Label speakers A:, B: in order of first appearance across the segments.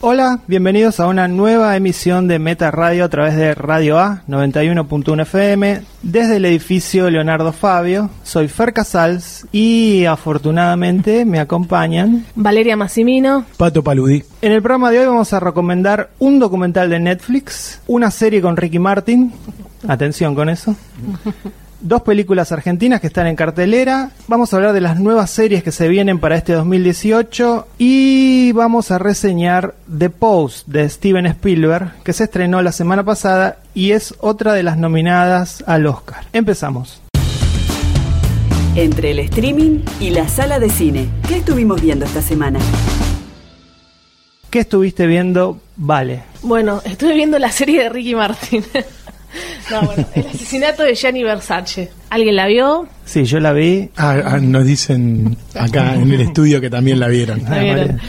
A: Hola, bienvenidos a una nueva emisión de Meta Radio a través de Radio A 91.1 FM desde el edificio Leonardo Fabio. Soy Fer Casals y afortunadamente me acompañan.
B: Valeria Massimino.
C: Pato Paludi.
A: En el programa de hoy vamos a recomendar un documental de Netflix, una serie con Ricky Martin, atención con eso, dos películas argentinas que están en cartelera. Vamos a hablar de las nuevas series que se vienen para este 2018 y vamos a reseñar The Post de Steven Spielberg, que se estrenó la semana pasada y es otra de las nominadas al Oscar. Empezamos.
D: Entre el streaming y la sala de cine. ¿Qué estuvimos viendo esta semana?
A: ¿Qué estuviste viendo? Vale.
B: Bueno, estuve viendo la serie de Ricky Martin. no, bueno, el asesinato de Gianni Versace. ¿Alguien la vio?
A: Sí, yo la vi.
C: Ah, ah, nos dicen acá en el estudio que también la vieron.
A: Ah,
B: ¿La vieron?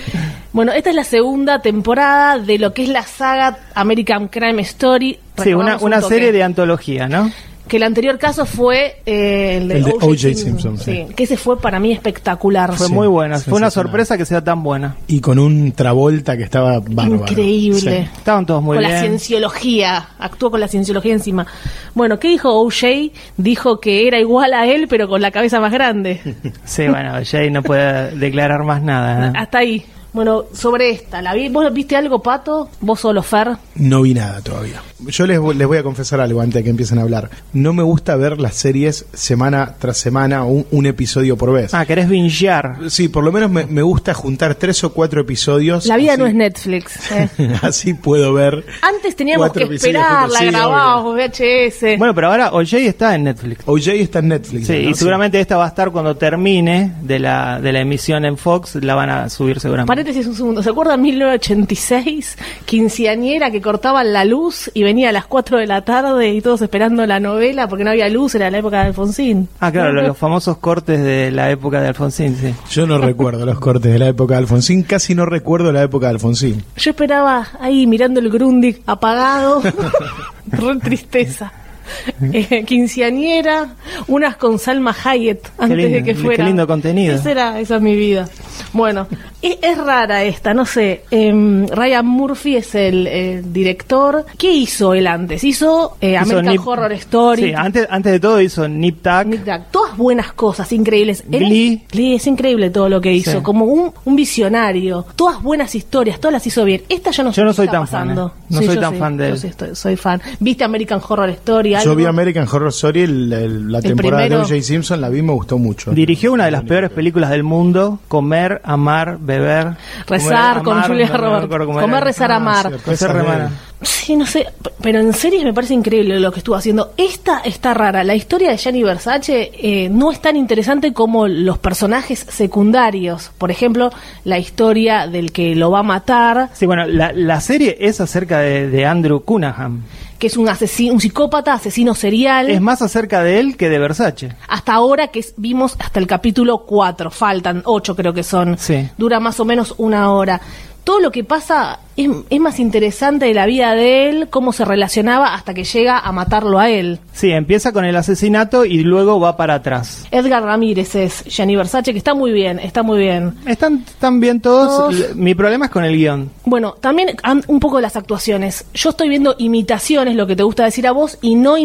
B: Bueno, esta es la segunda temporada de lo que es la saga American Crime Story.
A: Sí, una,
B: Recordamos un
A: una
B: toque.
A: serie de antología, ¿no?
B: Que el anterior caso fue eh, el de,
C: El de
B: O.J.
C: O.J. Simpson,
B: sí.
C: sí.
B: Que ese fue para mí espectacular.
A: Fue
C: Ah, Sí,
A: muy buena. Fue una
C: sensacional.
A: sorpresa que sea tan buena.
C: Y con un Travolta que estaba bárbaro.
B: Increíble.
C: Sí.
A: Estaban todos muy
B: con
A: bien.
B: la cienciología, actuó con la cienciología encima. Bueno, ¿qué dijo OJ? Dijo que era igual a él, pero con la cabeza más grande.
A: Sí, bueno, Jay no puede declarar más nada. ¿eh?
B: Hasta ahí. Bueno, sobre esta, ¿la vi? ¿vos viste algo, Pato? ¿Vos solo, Fer?
C: No vi nada todavía. Yo les, vo- les voy a confesar algo antes de que empiecen a hablar. No me gusta ver las series semana tras semana, un, un episodio por vez.
A: Ah, querés vingear.
C: Sí, por lo menos me, me gusta juntar tres o cuatro episodios.
B: La vida
C: así-
B: no es Ah. Netflix. eh.
C: Así puedo ver.
B: Antes teníamos
C: cuatro
B: que
C: episodios
B: esperar, la
C: juntos. Sí,
B: grabábamos,
C: obvio.
B: VHS.
A: Bueno, pero ahora OJ está en Netflix.
C: OJ está en Netflix.
A: Sí, y
C: ¿no?
A: seguramente esta va a estar cuando termine de la, de la emisión en Fox, la van a subir seguramente.
B: Paréntesis un segundo, ¿se acuerdan 1986? Quinceañera que cortaban la luz y venía a las 4 de la tarde y todos esperando la novela porque no había luz, era la época de Alfonsín.
A: Ah, claro, lo- los, famosos cortes de la época de Alfonsín, sí.
C: Yo no recuerdo los cortes de la época de Alfonsín. Casi no recuerdo la época de Alfonsín.
B: Yo esperaba ahí mirando el Grundig apagado, re tristeza. Eh, quinceañera, unas con Salma Hayek antes de
A: lindo,
B: que
A: qué
B: fuera.
A: lindo contenido.
B: Esa, era- esa es mi vida. Bueno, es, es rara esta, no sé. em, Ryan Murphy es el, eh, director. ¿Qué hizo él antes? Hizo eh,
A: Hizo
B: American
A: Nip-
B: Horror Story.
A: Sí, antes, antes de todo hizo Nip Tuck.
B: Nick Drag, Todas buenas cosas, increíbles. Él-
A: Glee.
B: es increíble todo lo que hizo,
A: Sí.
B: como un, un visionario. Todas buenas historias, todas las hizo bien. Esta yo no sé
A: Yo no
B: qué
A: soy
B: está
A: tan fan,
B: pasando.
A: eh. No soy
B: yo
A: tan fan de
B: yo
A: él.
B: sí estoy- soy fan. ¿Viste American Horror Story?
C: Yo
B: algo?
C: vi American Horror Story, el- el- la
B: El
C: temporada
B: primero.
C: de O.J. Simpson, la vi, me gustó mucho.
A: Dirigió una de las peores películas del mundo, Comer, Amar, Beber.
B: Rezar
A: Comer,
B: con
A: amar,
B: Julia
A: no me
B: Roberts.
A: acuerdo cómo era.
B: Comer, rezar,
C: Ah,
B: amar.
C: cierto.
A: Rezar,
C: Rezar,
A: remar.
C: beber.
B: Sí, no sé, p- pero en series me parece increíble lo que estuvo haciendo. Esta está rara. La historia de Gianni Versace eh, no es tan interesante como los personajes secundarios. Por ejemplo, la historia del que lo va a matar,
A: Sí, bueno, la, la serie es acerca de, de Andrew Cunahan.
B: que es un asesino, un psicópata, asesino serial.
A: Es más acerca de él que de Versace.
B: hasta ahora que es- vimos hasta el capítulo 4, faltan 8 creo que son.
A: Sí.
B: Dura más o menos una hora. Todo lo que pasa es, es más interesante de la vida de él, cómo se relacionaba hasta que llega a matarlo a él.
A: Sí, empieza con el asesinato y luego va para atrás.
B: Edgar Ramírez es Gianni Versace, que está muy bien, está muy bien.
A: Están, están bien todos.
B: Todos.
A: L- Mi problema es con el guión.
B: Bueno, también an- un poco las actuaciones. Yo estoy viendo imitaciones, lo que te gusta decir a vos, y no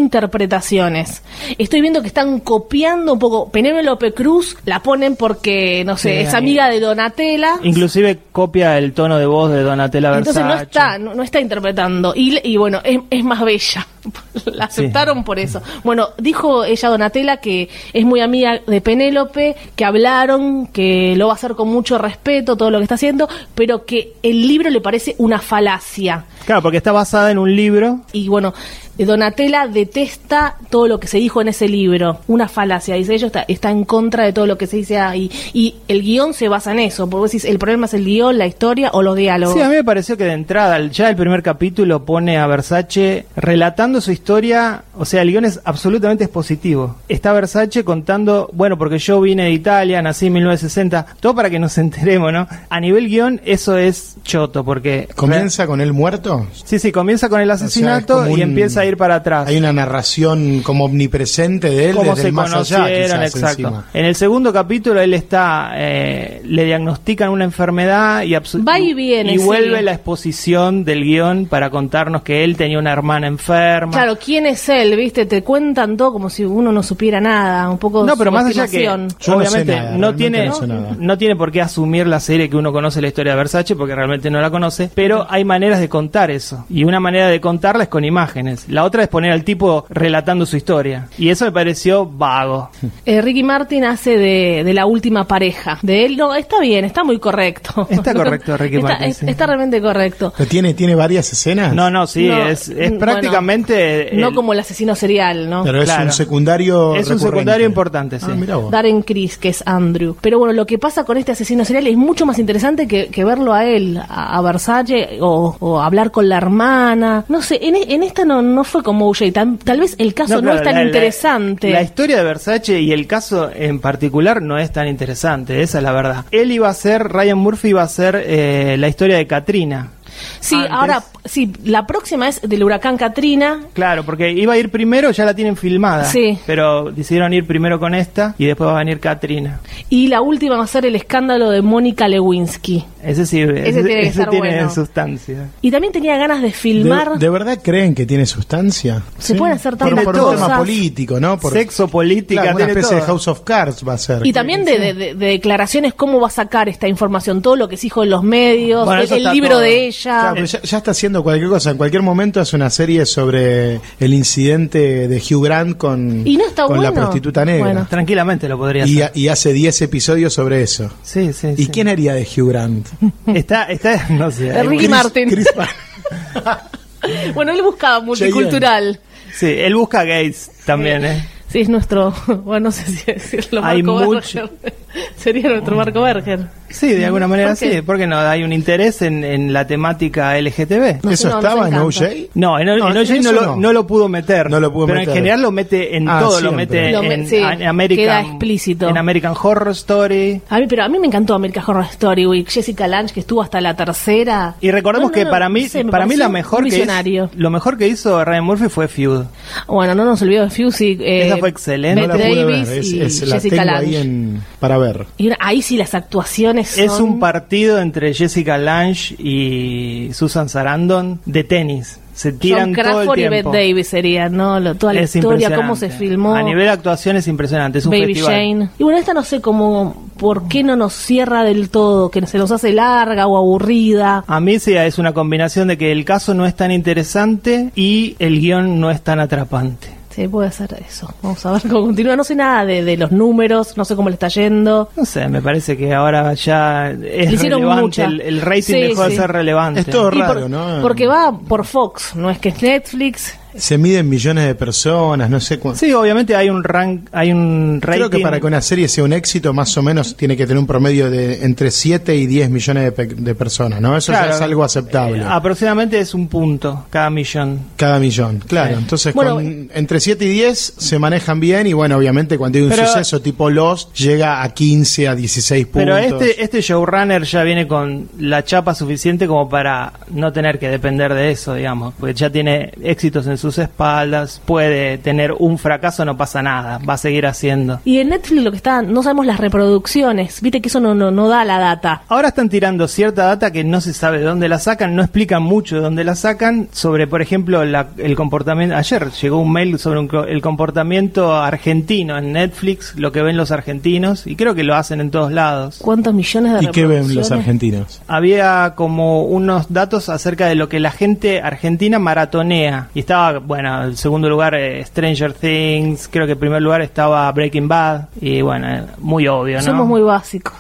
B: interpretaciones. Estoy viendo que están copiando un poco. Penélope Cruz la ponen porque, no sé,
A: Sí,
B: es
A: ahí.
B: amiga de Donatella.
A: Inclusive copia el tono de voz de Donatella Versace.
B: Entonces no está, no, no está interpretando. Y, y bueno, es, es más bella. La
A: Sí.
B: aceptaron por eso. Bueno, dijo ella Donatella que es muy amiga de Penélope, que hablaron, que lo va a hacer con mucho respeto todo lo que está haciendo, pero que el libro le parece una falacia.
A: Claro, porque está basada en un libro.
B: Y bueno, Donatella detesta todo lo que se dijo en ese libro. Una falacia, dice ella, está, está en contra de todo lo que se dice ahí. Y el guión se basa en eso. Porque vos decís, el problema es el guión, la historia o los diálogos.
A: Sí, a mí me pareció que de entrada, el- ya el primer capítulo pone a Versace relatando contando su historia, o sea, el guión es absolutamente expositivo. Está Versace contando, bueno, porque yo vine de Italia, nací en 1960, todo para que nos enteremos, ¿no? A nivel guión, eso es choto, porque...
C: ¿Comienza con él muerto?
A: Sí, sí, comienza con el asesinato
C: como
A: y
C: un-
A: empieza a ir para atrás.
C: Hay una narración como omnipresente de él
A: cómo
C: desde
A: se
C: el más allá,
A: conocieron,
C: quizás,
A: exacto.
C: encima.
A: En el segundo capítulo él está, eh, le diagnostican una enfermedad y absu-
B: Va y viene,
A: y
B: sí.
A: vuelve la exposición del guión para contarnos que él tenía una hermana enferma.
B: Claro, ¿quién es él? ¿Viste? Te cuentan todo como si uno no supiera nada, un poco
A: No,
B: su
A: pero más allá que
B: motivación.
C: Yo no sé
A: obviamente
C: nada,
A: no,
C: realmente
A: tiene
C: no sé
A: no,
C: nada.
A: tiene por qué asumir la serie que uno conoce la historia de Versace porque realmente no la conoce, pero hay maneras de contar eso y una manera de contarla es con imágenes. La otra es poner al tipo relatando su historia y eso me pareció vago.
B: Eh, Ricky Martin hace de, de la última pareja. De él, no, está bien, está muy correcto.
A: Está correcto, Ricky
B: Está-
A: Martin,
B: es-
A: sí.
B: está realmente correcto.
C: Pero tiene, tiene varias escenas.
A: No, no, sí,
B: No,
A: es, es
B: bueno,
A: prácticamente Eh, el-
B: no como el asesino serial, ¿no?
C: Pero es
A: Claro.
C: un secundario.
A: Es un
C: recurrente.
A: secundario importante, sí.
C: Ah, mirá vos.
B: Darren Criss, que es Andrew. Pero bueno, lo que pasa con este asesino serial es mucho más interesante que, que verlo a él, a, a Versace, o, o hablar con la hermana. No sé, en, e- en esta no, no fue como OJ. Tal, tal vez el caso no,
A: claro,
B: es tan
A: la- la-
B: interesante.
A: La, historia de Versace y el caso en particular no es tan interesante, esa es la verdad. Él iba a ser, Ryan Murphy iba a ser eh, la historia de Katrina.
B: sí,
A: antes.
B: ahora, sí, la próxima es del huracán Katrina.
A: Claro, porque iba a ir primero, ya la tienen filmada.
B: Sí.
A: Pero decidieron ir primero con esta y después va a venir Katrina.
B: Y la última va a ser el escándalo de Mónica Lewinsky.
A: Ese sí, ese,
B: tiene que
A: ese
B: estar
A: tiene
B: bueno.
A: sustancia.
B: Y también tenía ganas de filmar.
C: ¿De, de verdad creen que tiene sustancia?
B: Se pueden hacer
C: Por-
B: tantas
C: por, un
B: cosas.
C: tema político, ¿no? Por,
A: Sexo, política,
C: Claro, una
A: tiene
C: especie de
A: todo.
C: House of Cards va a ser.
B: Y también de, de- de- de declaraciones, cómo va a sacar esta información, todo lo que se dijo en los medios,
A: Bueno,
B: el,
A: eso
B: el
A: está
B: libro
A: todo.
B: de ella.
C: Claro, pero ya, ya está haciendo cualquier cosa. En cualquier momento hace una serie sobre el incidente de Hugh Grant con,
B: Y no está
C: con la
B: bueno.
C: prostituta negra.
B: Bueno.
A: Tranquilamente lo podría
C: Y,
A: hacer.
C: ha- y hace 10 episodios sobre eso.
A: Sí, sí,
C: ¿Y
A: sí.
C: quién haría de Hugh Grant?
A: Está, está, no sé. hay-
B: Ricky Martin.
C: Chris Pine.
B: Bueno, él buscaba multicultural.
A: Sí, él busca gays también, ¿eh?
B: Sí, es nuestro. Bueno, no sé si decirlo.
A: Hay
B: Marco
A: mucho-
B: Berger. Sería nuestro Marco Berger.
A: Sí, de alguna manera
B: Mm, ¿Por qué?
A: sí, porque no hay un interés en, en la temática LGTB.
B: No sé,
C: ¿Eso
B: no, nos
C: estaba en
B: encanta.
C: OJ?
A: No, en,
C: No,
A: en OJ no,
C: eso
A: lo,
C: no.
A: no lo pudo meter.
C: No lo pudo
A: pero en
C: meter.
A: general lo mete en
C: Ah,
A: todo, lo
C: siempre.
A: mete
B: Lo me-
A: en,
B: sí,
A: en American.
B: queda explícito.
A: En American Horror Story.
B: A mí, pero a mí me encantó American Horror Story Week. Jessica Lange, que estuvo hasta la tercera.
A: Y recordemos
B: No, no,
A: que
B: no,
A: para mí,
B: no sé, me
A: para mí
B: pareció
A: la
B: un
A: mejor que hizo,
B: visionario.
A: lo mejor que hizo Ryan Murphy fue Feud.
B: Bueno, no nos olvidemos de Fusey. Eh,
A: Esa fue excelente.
C: No
B: Bette
C: la pude
B: Davis
C: ver. Es,
B: y
C: es- la
B: Jessica
C: tengo
B: Lange.
C: ahí en- para ver.
B: Y una- ahí sí las actuaciones son...
A: Es un partido entre Jessica Lange y Susan Sarandon de tenis. Se tiran
B: John
A: todo
B: Crawford
A: el
B: y Bette
A: tiempo.
B: Davis serían, ¿no? Lo- toda la
A: Es
B: historia, cómo se
A: impresionante.
B: filmó.
A: A nivel de actuación es impresionante, es un
B: Baby
A: festival.
B: Jane. Y bueno, esta no sé cómo, por qué no nos cierra del todo, que se nos hace larga o aburrida.
A: A mí sí es una combinación de que el caso no es tan interesante y el guión no es tan atrapante.
B: Sí, puede ser eso. Vamos a ver cómo continúa. No sé nada de, de los números, no sé cómo le está yendo.
A: No sé, me parece que ahora ya
B: Le
A: es
B: hicieron
A: relevante,
B: mucha.
A: el, el rating
B: Sí,
A: dejó de
B: sí.
A: ser relevante.
C: Es todo
B: Y
C: raro,
B: por-
C: ¿no?
B: Porque va por Fox, no es que es Netflix.
C: Se miden millones de personas, no sé cuánto.
A: Sí, obviamente hay un rank, hay un rating.
C: Creo que para que una serie sea un éxito, más o menos tiene que tener un promedio de entre 7 y 10 millones de, pe- de personas, ¿no? Eso
A: Claro.
C: ya es algo aceptable.
A: eh, aproximadamente es un punto cada millón.
C: cada millón, claro.
A: Sí.
C: Entonces,
B: Bueno, eh,
C: con- entre 7 y 10 se manejan bien y bueno, obviamente cuando hay un
A: Pero-
C: suceso tipo Lost llega a 15, a 16 puntos.
A: Pero este este showrunner ya viene con la chapa suficiente como para no tener que depender de eso, digamos, porque ya tiene éxitos en sus espaldas, puede tener un fracaso, no pasa nada, va a seguir haciendo.
B: Y en Netflix lo que está, no sabemos las reproducciones. Viste que eso no, no, no da la data.
A: Ahora están tirando cierta data que no se sabe de dónde la sacan, no explican mucho de dónde la sacan, sobre, por ejemplo, la- el comportamiento. Ayer llegó un mail sobre un co- el comportamiento argentino en Netflix, lo que ven los argentinos, y creo que lo hacen en todos lados.
B: ¿Cuántos millones de
C: ¿Y qué ven los
B: reproducciones?
C: argentinos?
A: Había como unos datos acerca de lo que la gente argentina maratonea. Y estaba, bueno, en segundo lugar eh, Stranger Things, creo que en primer lugar estaba Breaking Bad. Y bueno, eh, muy obvio, ¿no?
B: Somos muy básicos.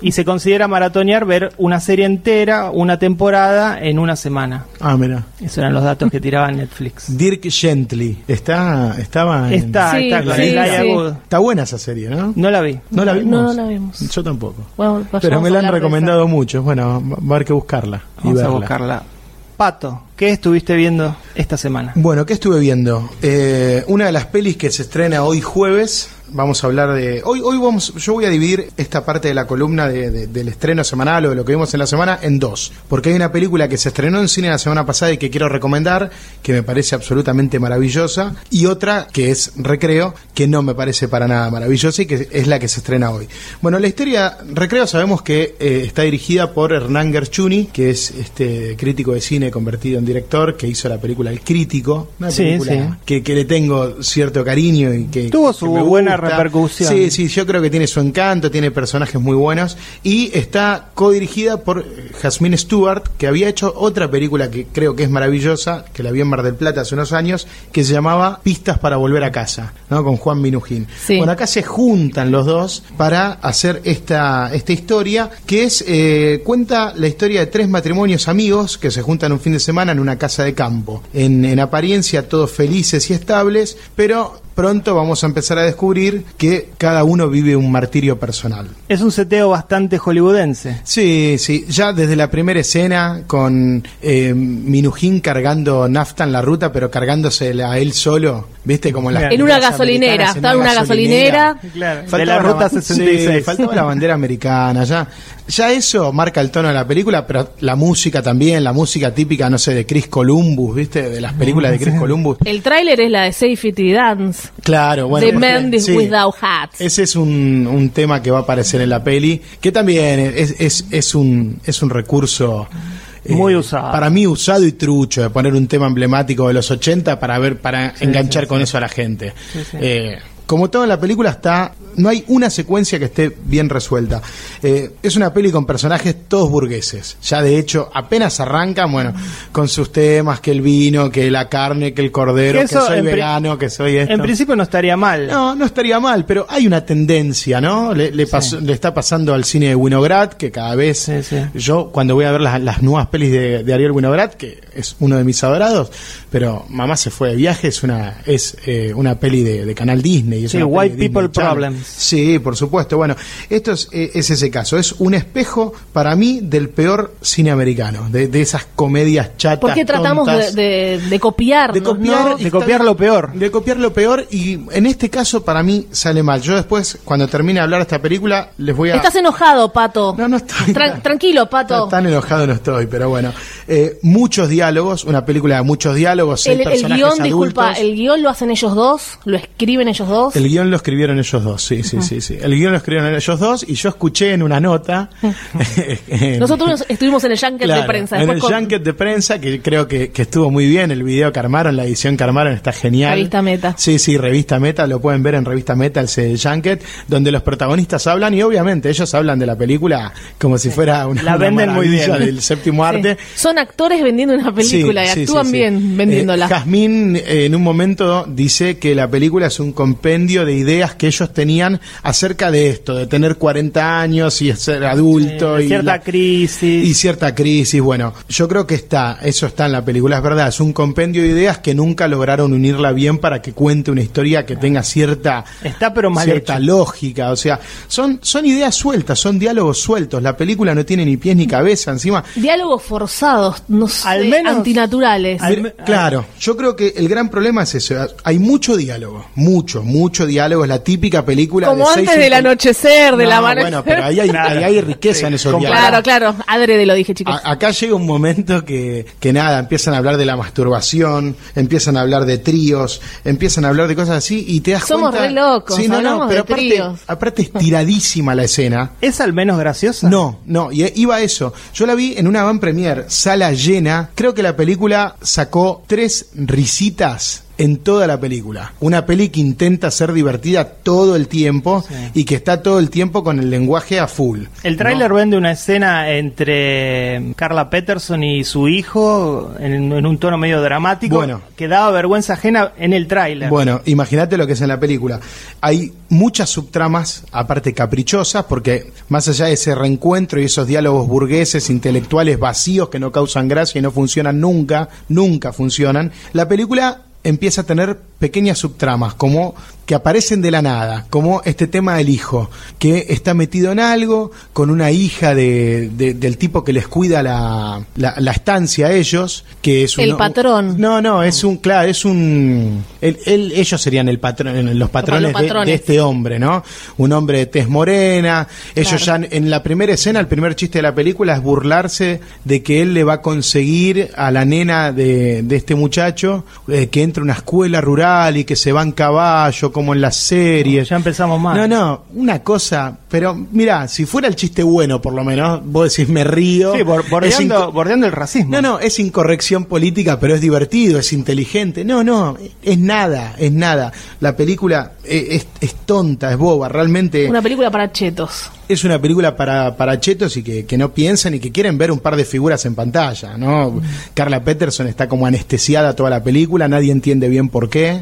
A: Y se considera maratonear ver una serie entera, una temporada, en una semana.
C: Ah, mira.
A: Esos eran los datos que tiraba Netflix.
C: Dirk Gently. Está, estaba en-
A: Está,
B: Sí,
A: está con
B: sí,
A: Eli
B: sí.
A: Wood.
C: Está buena esa serie, ¿no?
A: No la vi.
C: ¿No la vimos?
B: No, no la vimos.
C: Yo tampoco.
B: Bueno, vayamos
C: Pero me
B: a
C: la han
B: hablar de
C: recomendado mucho. Bueno, va va a haber que buscarla. y
A: Vamos a
C: verla.
A: buscarla. Pato, ¿qué estuviste viendo esta semana?
C: Bueno, ¿qué estuve viendo? Eh, una de las pelis que se estrena hoy jueves. Vamos a hablar de. Hoy, hoy vamos, yo voy a dividir esta parte de la columna de- de- del estreno semanal o de lo que vimos en la semana en dos. Porque hay una película que se estrenó en cine la semana pasada y que quiero recomendar, que me parece absolutamente maravillosa. Y otra que es Recreo, que no me parece para nada maravillosa y que es la que se estrena hoy. Bueno, la historia Recreo sabemos que eh, está dirigida por Hernán Gerchuni, que es este crítico de cine convertido en director, que hizo la película El Crítico, una
A: Sí,
C: película
A: sí.
C: Que, que le tengo cierto cariño y que
A: Tuvo
C: que
A: su
C: me
A: buena
C: gusta.
A: repercusión.
C: Sí, sí, yo creo que tiene su encanto, tiene personajes muy buenos y está codirigida por eh, Jasmine Stewart, que había hecho otra película que creo que es maravillosa, que la vi en Mar del Plata hace unos años, que se llamaba Pistas para volver a casa, ¿no? Con Juan Minujín.
B: Sí.
C: Bueno, acá se juntan los dos para hacer esta, esta historia, que es eh, cuenta la historia de tres matrimonios amigos que se juntan un fin de semana en una casa de campo. En, en apariencia todos felices y estables, pero pronto vamos a empezar a descubrir que cada uno vive un martirio personal.
A: Es un seteo bastante hollywoodense.
C: Sí, sí, ya desde la primera escena con eh, Minujín cargando nafta en la ruta, pero cargándosela a él solo, ¿viste? Como las
A: En
C: películas
B: una gasolinera,
C: americanas,
B: estaba en una gasolinera.
A: Claro, de
C: Faltaba
A: la ruta
C: ba-
A: 66.
C: Sí, faltaba la bandera americana, ya. Ya eso marca el tono de la película, pero la música también, la música típica, no sé, de Chris Columbus, ¿viste? De las películas de Chris Columbus.
B: El tráiler es la de Safety Dance.
C: Claro, bueno.
B: The
C: porque-
B: Man
C: sí.
B: Without Hats.
C: Ese es un, un tema que va a aparecer en la peli, que también es, es, es un, es un recurso... eh,
A: Muy usado.
C: Para mí usado y trucho, de poner un tema emblemático de los 80 para ver para enganchar con eso a la gente. Eh, como todo en la película está, no hay una secuencia que esté bien resuelta. Eh, es una peli con personajes todos burgueses. Ya de hecho, apenas arrancan, bueno, con sus temas, que el vino, que la carne, que el cordero,
A: Que
C: que,
A: eso
C: soy
A: en pri-
C: vegano, que soy esto.
A: En principio no estaría mal.
C: No, no estaría mal, pero hay una tendencia, ¿no? Le, le pasó- le está pasando al cine de Winograd, que cada vez
A: Sí, sí.
C: yo cuando voy a ver las, las nuevas pelis de, de Ariel Winograd, que es uno de mis adorados, pero Mamá se fue de viaje, es una, es, eh, una peli de, de Canal Disney. Es
A: Sí,
C: una peli
A: White
C: de Disney
A: People
C: Channel.
A: Problems.
C: Sí, por supuesto. Bueno, esto es, eh, es ese caso. Es un espejo para mí del peor cine americano, de, de esas comedias chatas.
B: Porque tratamos de,
C: tontas.
B: de, de copiarnos,
C: De copiar,
B: ¿no?
A: De copiar lo peor.
C: De copiar lo peor y en este caso para mí sale mal. Yo después, cuando termine de hablar esta película, les voy a...
B: Estás enojado, Pato.
C: No, no estoy.
B: Tran- tranquilo, Pato.
C: Tan enojado no estoy, pero bueno. Eh, muchos diálogos, una película de muchos diálogos, seis
B: el, el
C: personajes
B: guión, disculpa,
C: adultos.
B: el guión lo hacen ellos dos, lo escriben ellos dos.
C: El guión lo escribieron ellos dos, sí, sí, sí, sí. El guión lo escribieron ellos dos y yo escuché en una nota... en-
B: Nosotros nos- estuvimos en el Junket
C: Claro,
B: de prensa.
C: En
B: después
C: el
B: con-
C: junket de prensa, que creo que, que estuvo muy bien, el video que armaron, la edición que armaron está genial.
B: Revista Meta.
C: Sí, sí, Revista Meta, lo pueden ver en Revista Meta, el junket, donde los protagonistas hablan y obviamente ellos hablan de la película como si fuera una,
A: La
C: una
A: venden muy
C: maravilla
A: bien.
C: del séptimo arte.
B: Sí. Son actores vendiendo una película
C: Sí,
B: y
C: sí,
B: actúan
C: sí, sí.
B: bien vendiéndola.
C: Eh, Jazmín eh, en un momento dice que la película es un compendio de ideas que ellos tenían acerca de esto, de tener 40 años y ser adulto.
A: Eh,
C: y
A: cierta
C: la-
A: crisis.
C: y cierta crisis. Bueno, yo creo que está, eso está en la película, es verdad, es un compendio de ideas que nunca lograron unirla bien para que cuente una historia que tenga cierta
A: Está pero mal
C: cierta
A: hecho.
C: lógica, o sea, son son ideas sueltas, son diálogos sueltos, la película no tiene ni pies ni cabeza, encima
B: Diálogos forzados, no sé,
A: Al menos-
B: antinaturales.
A: Al-
C: Mira, claro, yo creo que el gran problema es eso, hay mucho diálogo, mucho, mucho diálogo, es la típica película
B: Como
C: de
B: antes
C: seis-
B: del anochecer, de
C: No,
B: la mano.
C: Bueno, pero ahí hay, ahí hay riqueza en esos diálogos.
B: claro, claro. Adrede lo dije, chicos.
C: A- acá llega un momento que, que nada, empiezan a hablar de la masturbación, empiezan a hablar de tríos, empiezan a hablar de cosas así y te das
B: Somos
C: cuenta.
B: re locos, hablamos de
C: aparte,
B: tríos.
C: aparte es tiradísima la escena.
A: ¿Es al menos graciosa?
C: No, no, y iba a eso. Yo la vi en una van premier, sala llena. Creo que la película sacó tres risitas en toda la película. Una peli que intenta ser divertida todo el tiempo y que está todo el tiempo con el lenguaje a full.
A: El tráiler vende una escena entre Carla Peterson y su hijo en, en un tono medio dramático
C: Bueno.
A: que daba vergüenza ajena en el tráiler.
C: Bueno, imagínate lo que es en la película. Hay muchas subtramas, aparte caprichosas, porque más allá de ese reencuentro y esos diálogos burgueses, intelectuales vacíos que no causan gracia y no funcionan nunca, nunca funcionan, la película empieza a tener pequeñas subtramas, como que aparecen de la nada, como este tema del hijo, que está metido en algo, con una hija de, de- del tipo que les cuida la, la- la estancia a ellos, que es un...
B: El patrón.
C: No, no, es un, claro, es un... el- el- ellos serían el patrón, los patrones, de- De,
B: patrones.
C: este hombre, ¿no? Un hombre de tez morena, ellos
B: Claro.
C: ya en, en la primera escena, el primer chiste de la película es burlarse de que él le va a conseguir a la nena de, de este muchacho eh, que entre a una escuela rural y que se va en caballo, como en las series.
A: Ya empezamos mal.
C: No, no, una cosa, pero mira, si fuera el chiste bueno, por lo menos, vos decís me río.
A: Sí, bor-
C: Es
A: bordeando,
C: inco-
A: bordeando el racismo.
C: no, no, es incorrección política, pero es divertido, es inteligente. No, no, es nada, es nada. La película eh, es, es tonta, es boba, realmente
B: Una película para chetos.
C: es una película para, para chetos y que, que no piensan y que quieren ver un par de figuras en pantalla, ¿no? Carla Peterson está como anestesiada toda la película, nadie entiende bien por qué,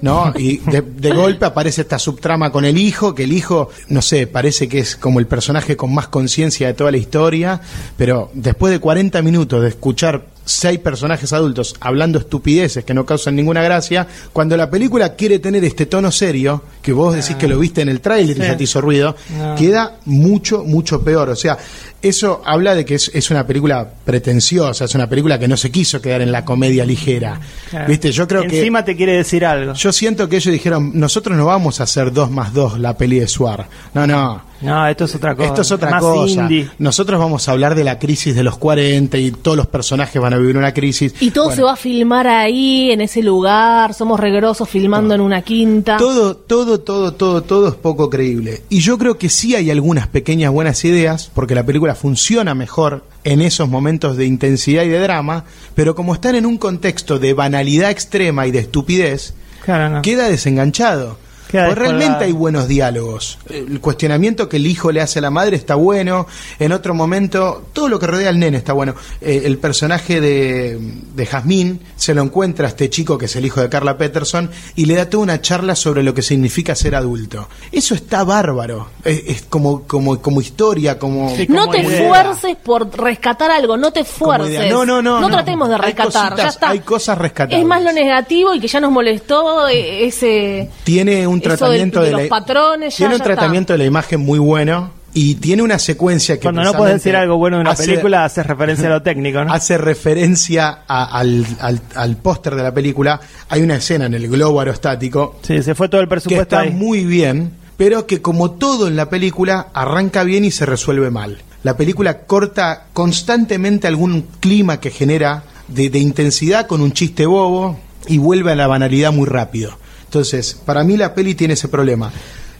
C: ¿no? Y de, de golpe aparece esta subtrama con el hijo, que el hijo, no sé, parece que es como el personaje con más conciencia de toda la historia, pero después de 40 minutos de escuchar seis personajes adultos hablando estupideces que no causan ninguna gracia, cuando la película quiere tener este tono serio, que vos decís que lo viste en el tráiler y
A: Sí.
C: ya te hizo ruido,
A: No.
C: queda mucho, mucho peor. O sea, eso habla de que es, es una película pretenciosa, es una película que no se quiso quedar en la comedia ligera.
A: Claro.
C: Viste, yo creo que...
A: Encima te quiere decir algo.
C: Yo siento que ellos dijeron, nosotros no vamos a hacer dos más dos la peli de Suar. No, no.
A: No, esto es otra cosa.
C: Esto es otra
A: Más
C: cosa.
A: indie.
C: Nosotros vamos a hablar de la crisis de los 40 y todos los personajes van a vivir una crisis.
B: Y todo
C: Bueno,
B: se va a filmar ahí, en ese lugar. Somos regrosos filmando en una quinta.
C: Todo, todo, todo, todo, todo es poco creíble. Y yo creo que sí hay algunas pequeñas buenas ideas, porque la película funciona mejor en esos momentos de intensidad y de drama, pero como están en un contexto de banalidad extrema y de estupidez,
A: Claro, no.
C: queda desenganchado.
A: Ah. Queda
C: Porque
A: descolgado.
C: realmente hay buenos diálogos. El cuestionamiento que el hijo le hace a la madre está bueno. En otro momento, todo lo que rodea al nene está bueno. Eh, el personaje de, de Jazmín se lo encuentra a este chico que es el hijo de Carla Peterson y le da toda una charla sobre lo que significa ser adulto. Eso está bárbaro. Es, es como, como, como historia, como.
A: Sí,
B: No
A: como
B: te
A: idea.
B: fuerces por rescatar algo, no te
C: como
B: fuerces.
C: idea. No, no, no.
B: No tratemos de
C: Hay
B: rescatar,
C: cositas,
B: ya está.
C: Hay cosas rescatables.
B: Es más lo negativo y que ya nos molestó eh, ese.
C: tiene
B: Eso
C: un tratamiento
B: del-
C: de,
B: de
C: la-
B: los patrones, ya,
C: tiene un
B: ya
C: tratamiento de la imagen muy bueno y tiene una secuencia que
A: Cuando no puedes
C: precisamente
A: decir algo bueno de una
C: hace-
A: película, haces referencia a lo técnico, Ah, ¿no?
C: hace referencia a- al, al- al póster de la película hay una escena en el globo aerostático
A: Sí, se fue todo el
C: que
A: presupuesto
C: está
A: ahí.
C: muy bien pero que como todo en la película arranca bien y se resuelve mal la película corta constantemente algún clima que genera de, de intensidad con un chiste bobo y vuelve a la banalidad muy rápido entonces para mí la peli tiene ese problema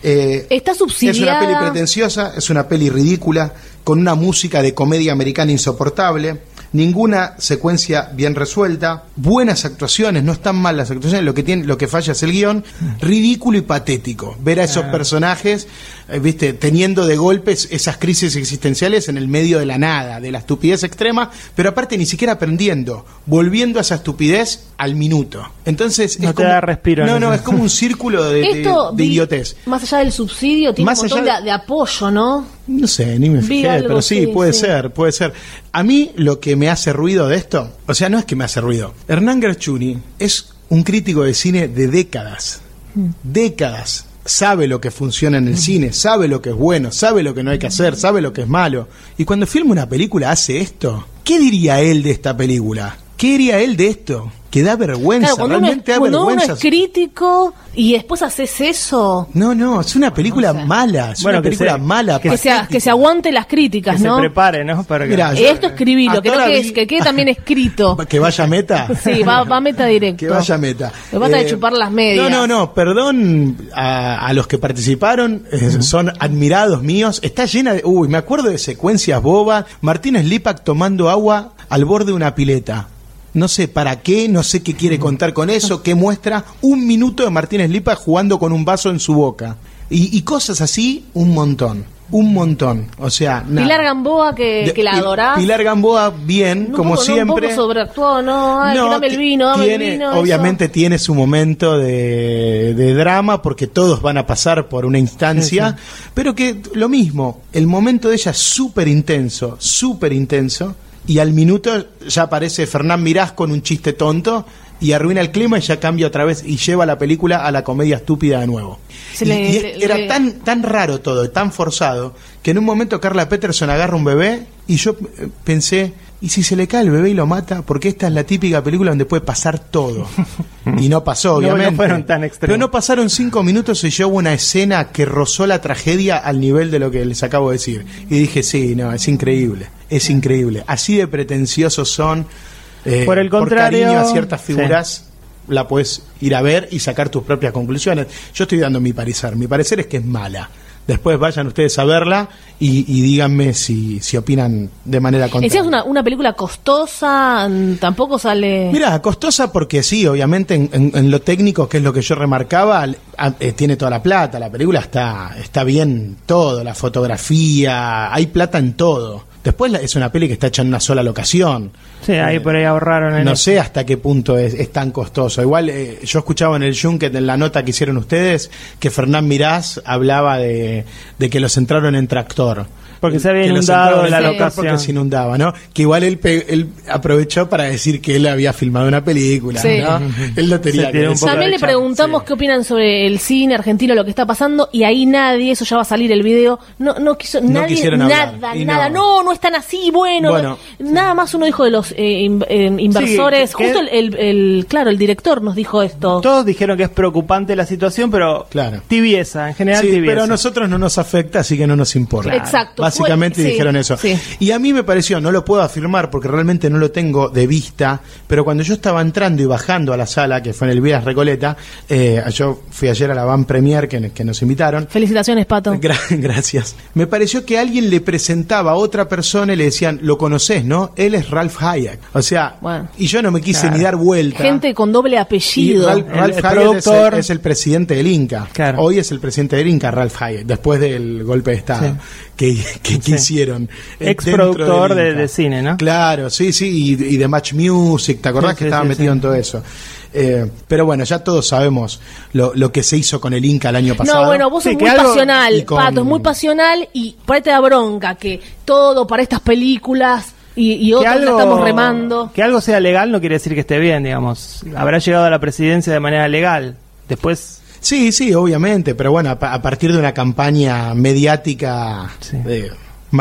C: Eh,
B: Está subsidiada.
C: es una peli pretenciosa, es una peli ridícula, con una música de comedia americana insoportable, ninguna secuencia bien resuelta, buenas actuaciones, no están mal las actuaciones, lo que tiene, lo que falla es el guión, ridículo y patético. Ver a
A: Ah.
C: esos personajes, eh, viste, teniendo de golpes esas crisis existenciales en el medio de la nada, de la estupidez extrema, pero aparte ni siquiera aprendiendo, volviendo a esa estupidez al minuto. Entonces
A: No
C: es
A: te da respiro en
C: No, no,
A: eso.
C: es como un círculo de, de-
B: Esto,
C: de
B: vi-
C: idiotez.
B: Más allá del subsidio, tiene
C: Más
B: un montón
C: allá-
B: de, de apoyo, ¿no?
C: No sé, ni me
B: Vi
C: fijé,
B: algo,
C: pero sí,
B: sí,
C: puede
B: sí.
C: ser, puede ser. A mí lo que me hace ruido de esto, o sea, no es que me hace ruido. Hernán Gerchuni es un crítico de cine de décadas.
B: Mm.
C: Décadas. Sabe lo que funciona en el cine, sabe lo que es bueno, sabe lo que no hay que
B: Mm.
C: hacer, sabe lo que es malo. Y cuando filma una película hace esto. ¿Qué diría él de esta película? ¿Qué diría él de esto? Que da vergüenza,
B: Claro, cuando, uno es,
C: realmente da
B: cuando uno
C: vergüenza.
B: es crítico y después haces eso,
C: No, no, es una película mala, es
A: Bueno,
C: una
A: que
C: película
A: se-
C: mala.
B: que, se,
C: patética.
B: que se aguante las
A: Que
B: críticas,
A: se
B: ¿no? Eh,
A: prepare, ¿no? Para que-
C: Mirá, yo-
B: Esto escribilo,
C: Hasta
B: que, no
C: ahora
B: quede,
C: vi-
B: que quede también escrito.
C: Que vaya meta.
B: Sí, va, va meta directo.
C: Que vaya meta. Eh,
B: Me basta de chupar las medias.
C: No, no, no. Perdón a, a los que participaron. eh, Son admirados míos. Está llena de. Uy, me acuerdo de secuencias bobas. Martín Slipak tomando agua al borde de una pileta. No sé para qué, no sé qué quiere contar con eso, qué muestra. Un minuto de Martín Slipak jugando con un vaso en su boca. Y, y cosas así, un montón. Un montón. O sea, nada.
B: Pilar Gamboa, que,
C: De-
B: que la
C: Pi-
B: adorás.
C: Pilar Gamboa, bien,
B: Un
C: como
B: poco, ¿no?
C: siempre.
B: Un poco sobreactuado, no, ay, que dame el
C: ti-
B: vino, dame
C: tiene-
B: el vino. eso.
C: Obviamente tiene su momento de, de drama porque todos van a pasar por una instancia, pero que lo mismo, el momento de ella es súper intenso, súper intenso, y al minuto ya aparece Fernán Mirás con un chiste tonto y arruina el clima y ya cambia otra vez y lleva la película a la comedia estúpida de nuevo.
B: Se
C: Y-
B: le-
C: y
B: le-
C: era
B: le-
C: tan, tan raro todo, tan forzado, que en un momento Carla Peterson agarra un bebé y yo eh, pensé, ¿y si se le cae el bebé y lo mata? Porque esta es la típica película donde puede pasar todo. Y no pasó,
A: No,
C: obviamente.
A: no fueron tan extremos.
C: Pero no pasaron cinco minutos y yo hubo una escena que rozó la tragedia al nivel de lo que les acabo de decir. Y dije, sí, no, es increíble, es increíble. Así de pretenciosos son. eh,
A: Por el contrario,
C: cariño a ciertas
A: sí.
C: figuras, la puedes ir a ver y sacar tus propias conclusiones. Yo estoy dando mi parecer. Mi parecer es que es mala. Después vayan ustedes a verla y, y díganme si, si opinan de manera contraria.
B: Encima es una, una película costosa, mm, tampoco sale...
C: Mira, costosa porque sí, obviamente en, en- en lo técnico, que es lo que yo remarcaba, al- a- eh, tiene toda la plata, la película está, está bien todo, la fotografía, hay plata en todo. Después la- es una peli que está hecha en una sola locación.
A: Sí, ahí por ahí ahorraron en
C: eh, No
A: eso.
C: sé hasta qué punto es, es tan costoso. Igual eh, yo escuchaba en el Junket, en la nota que hicieron ustedes, que Fernán Mirás hablaba de, de que los entraron en tractor.
A: Porque se había
C: Que los
A: inundado
C: entraron en
A: la
C: tractor
A: locación.
C: Porque se inundaba, ¿no? Que igual él, pe- él aprovechó para decir que él había filmado una película,
B: Sí.
C: ¿no? Él lo tenía
A: Se
C: que
A: tiene un
C: decir.
A: poco de
B: También le
A: chance,
B: preguntamos
C: sí.
B: qué opinan sobre el cine argentino, lo que está pasando, y ahí nadie, eso ya va a salir el video, no, no quiso,
C: No
B: nadie,
C: quisieron hablar,
B: nada,
C: y
B: nada,
C: no.
B: no. no, están así, bueno,
C: Bueno,
B: nada más uno dijo de los eh, in- eh, inversores,
A: Sí, que-
B: justo el, el- el- claro, el director nos dijo esto.
A: Todos dijeron que es preocupante la situación, pero
C: Claro.
A: tibieza, en general
C: Sí,
A: tibieza.
C: pero a nosotros no nos afecta, así que no nos importa.
B: Exacto.
C: Básicamente
B: Fue- sí,
C: dijeron eso.
B: sí.
C: Y a mí me pareció, no lo puedo afirmar porque realmente no lo tengo de vista, pero cuando yo estaba entrando y bajando a la sala, que fue en el Vías Recoleta, eh, yo fui ayer a la Van Premier que, que nos invitaron.
B: Felicitaciones, Pato.
C: Gra- gracias. Me pareció que alguien le presentaba a otra persona y le decían, lo conoces, ¿no? Él es Ralph Hayek. O sea,
B: Bueno.
C: y yo no me quise ni dar vuelta.
B: Gente con doble
C: Y
B: apellido.
C: Ralph,
A: El-
C: Ralph
A: el
C: Hayek
A: productor.
C: es, el, es el presidente del Inca.
A: Claro.
C: Hoy es el presidente del Inca, Ralph Hayek, después del golpe de Estado que, que, que hicieron. eh,
A: Ex
C: dentro
A: productor
C: del
A: de-
C: Inca.
A: de cine, ¿no?
C: Claro, sí, sí, y, y de Match Music, ¿te acordás
A: Sí,
C: que
A: sí,
C: estaba
A: sí,
C: metido
A: sí.
C: en todo eso? Eh, pero bueno, ya todos sabemos lo, lo que se hizo con el Inca el año pasado.
B: No, bueno, vos sos
A: Sí, que
B: muy
A: algo-
C: y
B: pasional,
C: con-
B: Pato, es muy pasional y por ahí te da bronca que todo para estas películas y, y otras la estamos remando.
A: que algo sea legal no quiere decir que esté bien, digamos. Habrá llegado a la presidencia de manera legal. Después,
C: Sí, sí, obviamente, pero bueno, a, pa- a partir de una campaña mediática
A: Sí.
C: eh,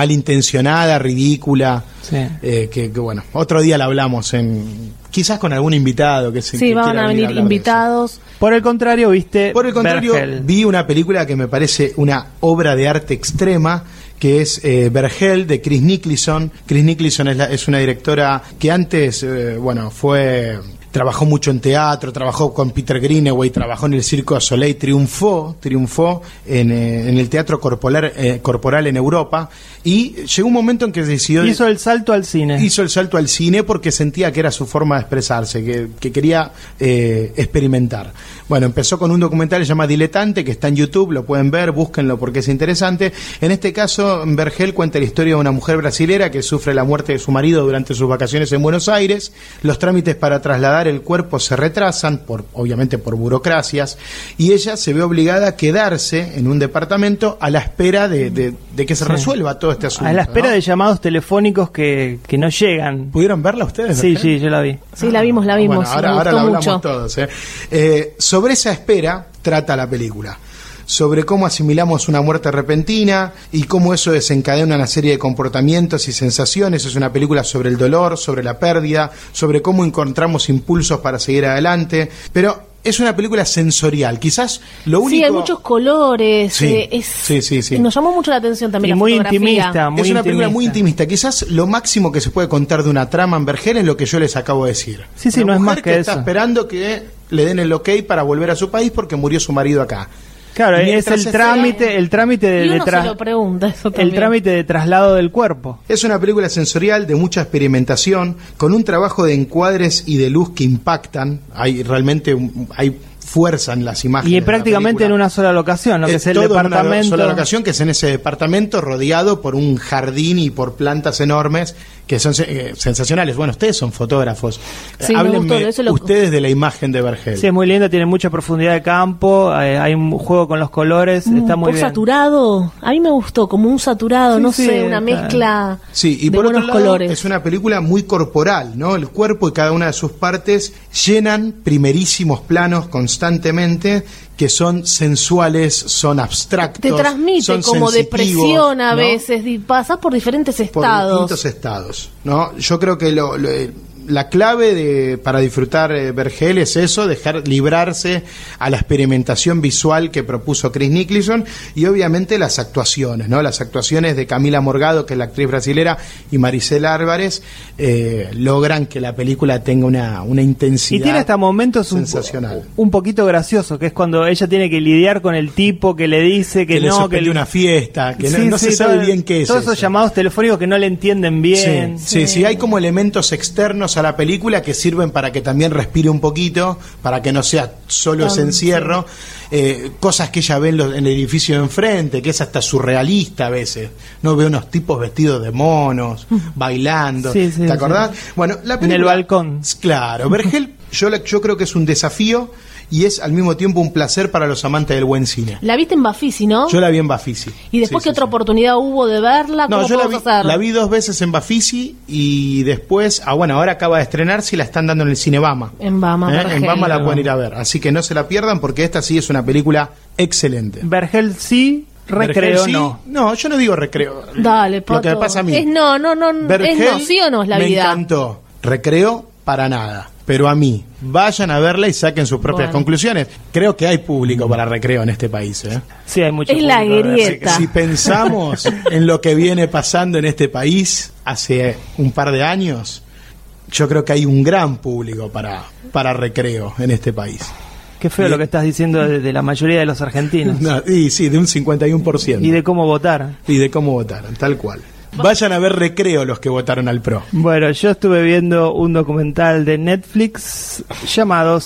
C: malintencionada, ridícula,
A: Sí.
C: eh, que, que, bueno, otro día la hablamos, en, quizás con algún invitado que se
B: Sí,
C: que
B: van
C: quiera
B: a venir
C: hablar de
B: invitados.
A: por el contrario, viste.
C: eso. Por el contrario,
A: Vergel.
C: vi una película que me parece una obra de arte extrema que es eh, Vergel de Chris Nicholson. Chris Nicholson es, la- es una directora que antes, eh, bueno, fue trabajó mucho en teatro, trabajó con Peter Greenaway, trabajó en el Circo Soleil, triunfó, triunfó en, eh, en el teatro corporal, eh, corporal en Europa y llegó un momento en que decidió
A: hizo el salto al cine.
C: hizo el salto al cine porque sentía que era su forma de expresarse, que, que quería eh, experimentar. Bueno, empezó con un documental que se llama Diletante, que está en YouTube, lo pueden ver, búsquenlo porque es interesante. En este caso, Vergel cuenta la historia de una mujer brasilera que sufre la muerte de su marido durante sus vacaciones en Buenos Aires. Los trámites para trasladar el cuerpo se retrasan, por, obviamente por burocracias, y ella se ve obligada a quedarse en un departamento a la espera de, de- de que se resuelva todo este asunto.
A: a la espera
C: ¿no?
A: de llamados telefónicos que, que no llegan.
C: ¿Pudieron verla ustedes?
A: Sí,
C: Vergel?
A: sí, yo la vi.
B: Sí, la vimos, la vimos.
C: Ah, Bueno, ahora,
B: nos gustó
C: ahora la hablamos
B: mucho.
C: todos. ¿eh? Eh, sobre esa espera trata la película. Sobre cómo asimilamos una muerte repentina y cómo eso desencadena una serie de comportamientos y sensaciones. Es una película sobre el dolor, sobre la pérdida, sobre cómo encontramos impulsos para seguir adelante. Pero es una película sensorial. Quizás lo único.
B: Sí, hay muchos colores.
C: Sí,
B: eh, es-
C: sí, sí, sí.
B: Nos llamó mucho la atención
A: Y
B: también la
A: muy
B: fotografía.
A: intimista, muy
C: es una película
A: intimista.
C: muy intimista. Quizás lo máximo que se puede contar de una trama en Vergel es lo que yo les acabo de decir.
A: Sí, sí, no
C: Una
A: es
C: mujer
A: más que
C: está
A: eso.
C: esperando que le den el ok para volver a su país porque murió su marido acá.
A: Claro, es
C: Mientras
A: el
C: se-
A: trámite, el trámite de,
B: Y
A: de
B: uno
A: tras-
B: se lo pregunta eso
A: el
B: también.
A: trámite de traslado del cuerpo.
C: Es una película sensorial de mucha experimentación, con un trabajo de encuadres y de luz que impactan. Hay realmente un- hay fuerzan las imágenes.
A: Y
C: de la
A: prácticamente en
C: película.
A: una sola locación, ¿no? Que es el
C: todo en una
A: departamento.
C: sola locación, que es en ese departamento rodeado por un jardín y por plantas enormes que son eh, sensacionales. Bueno, ustedes son fotógrafos. Eh,
B: Sí, me
C: Háblenme
B: gustó, eso lo-
C: ustedes de la imagen de Vergel.
A: Sí, es muy linda, tiene mucha profundidad de campo, eh, hay un juego con los colores, está muy
B: un Mm, poco
A: bien.
B: saturado. A mí me gustó, como un saturado,
A: Sí,
B: no
A: sí,
B: sé, una
A: está-
B: mezcla
C: Sí, y
B: de
C: por
B: buenos
C: otro lado,
B: colores.
C: es una película muy corporal, ¿no? El cuerpo y cada una de sus partes llenan primerísimos planos constantemente que son sensuales, son abstractos.
B: Te transmite
C: son
B: como
C: sensitivos,
B: depresión a
C: ¿no?
B: veces, y pasas por diferentes
C: por
B: estados.
C: distintos estados. ¿no? Yo creo que lo- lo- eh, la clave de- para disfrutar eh, Vergel es eso, dejar librarse a la experimentación visual que propuso Chris Nicholson y obviamente las actuaciones, ¿no? las actuaciones de Camila Morgado, que es la actriz brasilera, y Maricela Álvarez, eh, logran que la película tenga una, una
A: Y
C: intensidad.
A: tiene hasta momentos un,
C: sensacional.
A: un poquito gracioso, que es cuando ella tiene que lidiar con el tipo que le dice que,
C: Que, le
A: no, que
C: sorprendió
A: el-
C: una fiesta, que no,
A: Sí,
C: no se
A: sí,
C: sabe
A: todo-
C: bien qué es.
A: Todos esos
C: eso.
A: llamados telefónicos que no le entienden bien.
C: Sí, sí, sí, hay como elementos externos a la película que sirven para que también respire un poquito, para que no sea solo ese encierro, Eh, cosas que ella ve en, los- en el edificio de enfrente, que es hasta surrealista a veces, no ve unos tipos vestidos de monos, bailando,
A: Mm. Sí, sí,
C: ¿te acordás?
A: sí.
C: Bueno, la
A: En el balcón.
C: Claro, Vergel, yo, la- yo creo que es un desafío y es al mismo tiempo un placer para los amantes del buen cine.
B: La viste en Bafisi, ¿no?
C: Yo la vi en Bafisi.
B: y después, ¿qué
C: Sí, sí,
B: otra
C: sí.
B: oportunidad hubo de verla? Ah, ¿Cómo
C: No, yo la vi,
B: podemos hacer?
C: la vi dos veces en Bafisi y después, ah bueno, ahora acaba de estrenarse y la están dando en el Cinebama.
B: En Bama,
C: ¿Eh? En
B: Vergel.
C: Bama la pueden ir a ver, así que no se la pierdan porque esta sí es una película excelente.
A: Vergel sí, recreo
C: Vergel sí-
A: no.
C: No, yo no digo recreo.
B: Dale, Pato.
C: Lo que me pasa a mí.
B: Es no, no, no, es no, sí o no es la
C: me
B: vida.
C: encantó. Recreo para nada, pero a mí. Vayan a verla y saquen sus propias
B: Bueno.
C: conclusiones. Creo que hay público para recreo en este país. ¿eh?
A: Sí, hay mucho
B: Es la
A: público de Vergel.
B: grieta. Está.
C: Si pensamos en lo que viene pasando en este país hace un par de años, yo creo que hay un gran público para, para recreo en este país.
A: Qué feo lo que estás diciendo de, de la mayoría de los argentinos.
C: No, y sí, de un 51%.
A: Y de cómo votar.
C: y de cómo votaron, tal cual. Vayan a ver recreo los que votaron al PRO.
A: Bueno, yo estuve viendo un documental de Netflix llamado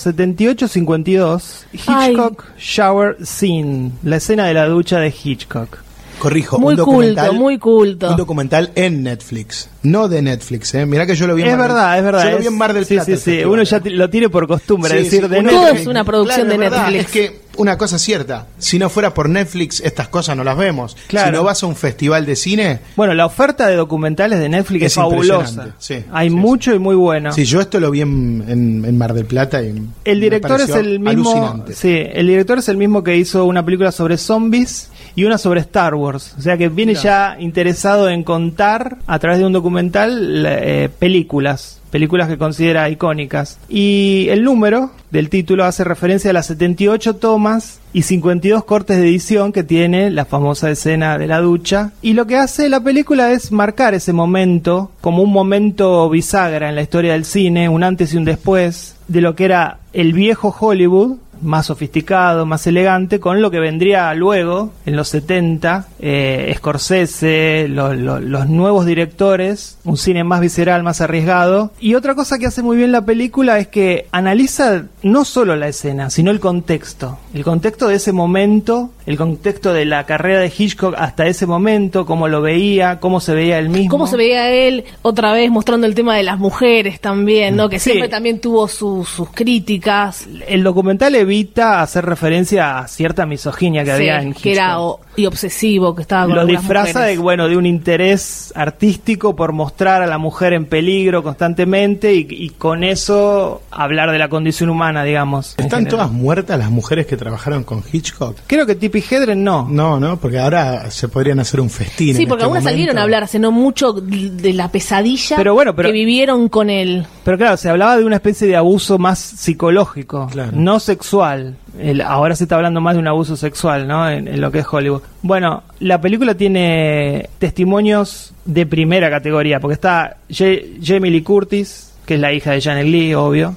A: 7852 Hitchcock Shower Scene, la escena de la ducha de Hitchcock.
C: Corrijo,
B: Muy
C: un documental,
B: culto, muy culto.
C: Un documental en Netflix, no de Netflix, ¿eh? Mirá que yo lo vi en
A: Es
C: Mar del-
A: verdad, es verdad.
C: Yo lo vi
A: es-
C: en Mar del
A: sí,
C: Plata.
A: sí,
C: el
A: sí.
C: festival.
A: Uno ya ti- lo tiene por costumbre
C: Sí,
A: decir
C: sí,
A: de
C: uno
A: Netflix.
B: Todo es una producción
C: Claro,
B: de
C: es verdad.
B: Netflix.
C: Es que una cosa es cierta, si no fuera por Netflix, estas cosas no las vemos.
A: Claro.
C: Si no vas a un festival de cine,
A: Bueno, la oferta de documentales de Netflix es,
C: Es
A: fabulosa.
C: impresionante, sí,
A: Hay
C: sí,
A: mucho y muy bueno.
C: si yo esto lo vi en, en- en Mar del Plata. y
A: El
C: me
A: director es
C: pareció
A: el mismo.
C: alucinante.
A: Sí, el director es el mismo que hizo una película sobre zombies y una sobre Star Wars. O sea que viene ya interesado en contar a través de un documental la- eh, películas, películas que considera icónicas. Y el número del título hace referencia a las 78 tomas y 52 cortes de edición que tiene la famosa escena de la ducha. Y lo que hace la película es marcar ese momento como un momento bisagra en la historia del cine, un antes y un después, de lo que era el viejo Hollywood, más sofisticado, más elegante, con lo que vendría luego, en los 70, eh, Scorsese, lo- lo- los nuevos directores, un cine más visceral, más arriesgado. Y otra cosa que hace muy bien la película es que analiza no solo la escena, sino el contexto. El contexto de ese momento, el contexto de la carrera de Hitchcock hasta ese momento, cómo lo veía, cómo se veía él mismo.
B: ¿Cómo se veía él otra vez mostrando el tema de las mujeres también, ¿no? Que
A: Sí.
B: siempre también tuvo su- sus críticas.
A: El documental evita hacer referencia a cierta misoginia que
B: Sí,
A: había en Hitchcock.
B: que era o- y obsesivo, que estaba con
A: lo
B: algunas
A: disfraza de
B: mujeres.
A: bueno de un interés artístico por mostrar a la mujer en peligro constantemente y, y con eso hablar de la condición humana digamos en
C: ¿Están
A: general.
C: todas muertas las mujeres que trabajaron con Hitchcock?
A: creo que Tippi Hedren no,
C: No, no, porque ahora se podrían hacer un festín.
B: Sí,
C: en
B: porque
C: este
B: algunas salieron
C: momento.
B: a hablar hace no mucho de la pesadilla
A: Pero bueno, pero-
B: que vivieron con él.
A: pero claro se hablaba de una especie de abuso más psicológico
C: Claro.
A: no sexual El- ahora se está hablando más de un abuso sexual no en, en lo que es Hollywood bueno la película tiene testimonios de primera categoría porque está Ye- Jamie Lee Curtis que es la hija de Janet Lee obvio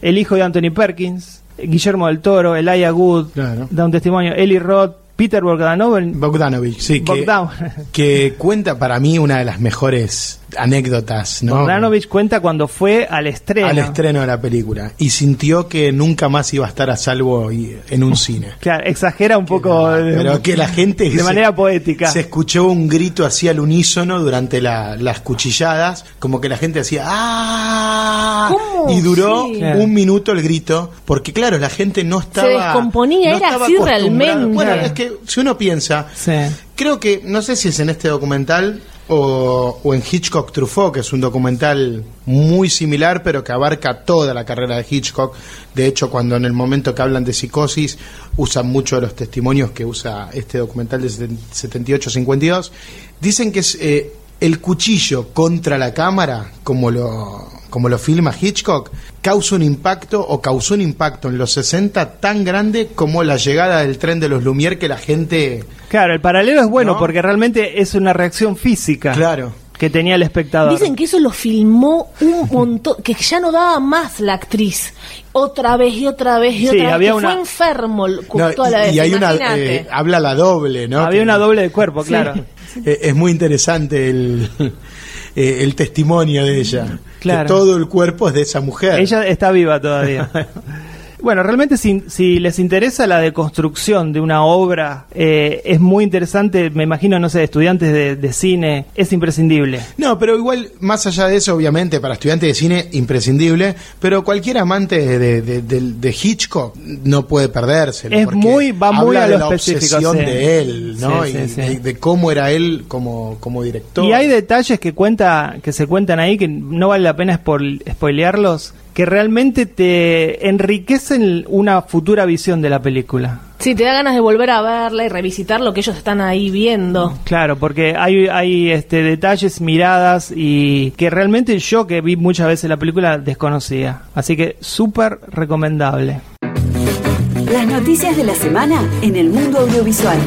A: el hijo de Anthony Perkins, Guillermo del Toro, Elijah Wood,
C: Claro.
A: da un testimonio, Eli Roth, Peter Bogdanovich,
C: Bogdanovich, sí, que,
A: Bogdan-
C: que cuenta para mí una de las mejores anécdotas, ¿no?
A: Bogdanovich cuenta cuando fue al estreno.
C: Al estreno de la película. Y sintió que nunca más iba a estar a salvo y- en un cine.
A: Claro, exagera un poco. de-
C: Pero que la gente.
A: De
C: se-
A: manera poética.
C: Se escuchó un grito así al unísono durante la- las cuchilladas, como que la gente hacía ¡Ah!
B: ¿Cómo?
C: Y duró
B: Sí.
C: un minuto el grito, porque claro, la gente no estaba.
B: descomponía,
C: no
B: era
C: estaba
B: así
C: acostumbrada.
B: realmente.
C: Bueno, es que si uno piensa,
A: Sí.
C: Creo que, no sé si es en este documental o, o en Hitchcock Truffaut, que es un documental muy similar, pero que abarca toda la carrera de Hitchcock. De hecho, cuando en el momento que hablan de psicosis, usan mucho de los testimonios que usa este documental de 78-52. Dicen que es eh, el cuchillo contra la cámara, como lo como lo filma Hitchcock, causa un impacto o causó un impacto en los 60 tan grande como la llegada del tren de los Lumière que la gente
A: Claro, el paralelo es bueno
C: ¿No?
A: porque realmente es una reacción física
C: Claro.
A: que tenía el espectador.
B: Dicen que eso lo filmó un montón, que ya no daba más la actriz. Otra vez y otra vez y
A: Sí,
B: otra vez.
A: había
B: que
A: una-
B: Fue enfermo el-
C: No,
B: toda la
C: y,
B: vez.
C: y hay una
B: imagínate.
C: eh, habla la doble, ¿no?
A: Había
C: Que-
A: una doble de cuerpo, claro.
C: Eh, es muy interesante el eh, el testimonio de ella.
A: Claro.
C: Que todo el cuerpo es de esa mujer.
A: Ella está viva todavía. Bueno, realmente si, si les interesa la deconstrucción de una obra, eh, es muy interesante, me imagino, no sé, estudiantes de, de cine, es imprescindible.
C: No, pero igual, más allá de eso, obviamente, para estudiantes de cine, imprescindible, pero cualquier amante de, de- de- de- de Hitchcock no puede perdérselo.
A: Es
C: porque
A: muy- va muy
C: habla
A: a lo
C: de la
A: específico,
C: obsesión
A: sí.
C: de él, ¿no?
A: Sí, sí,
C: y
A: sí.
C: De, de cómo era él como, como director.
A: Y hay detalles que cuenta, que se cuentan ahí, que no vale la pena spoil- spoilearlos, que realmente te enriquecen una futura visión de la película.
B: Sí, te da ganas de volver a verla y revisitar lo que ellos están ahí
C: Mm.
B: viendo.
A: Claro, porque hay, hay este, detalles, miradas y que realmente yo que vi muchas veces la película desconocía. Así que súper recomendable.
D: Las noticias de la semana en el mundo audiovisual.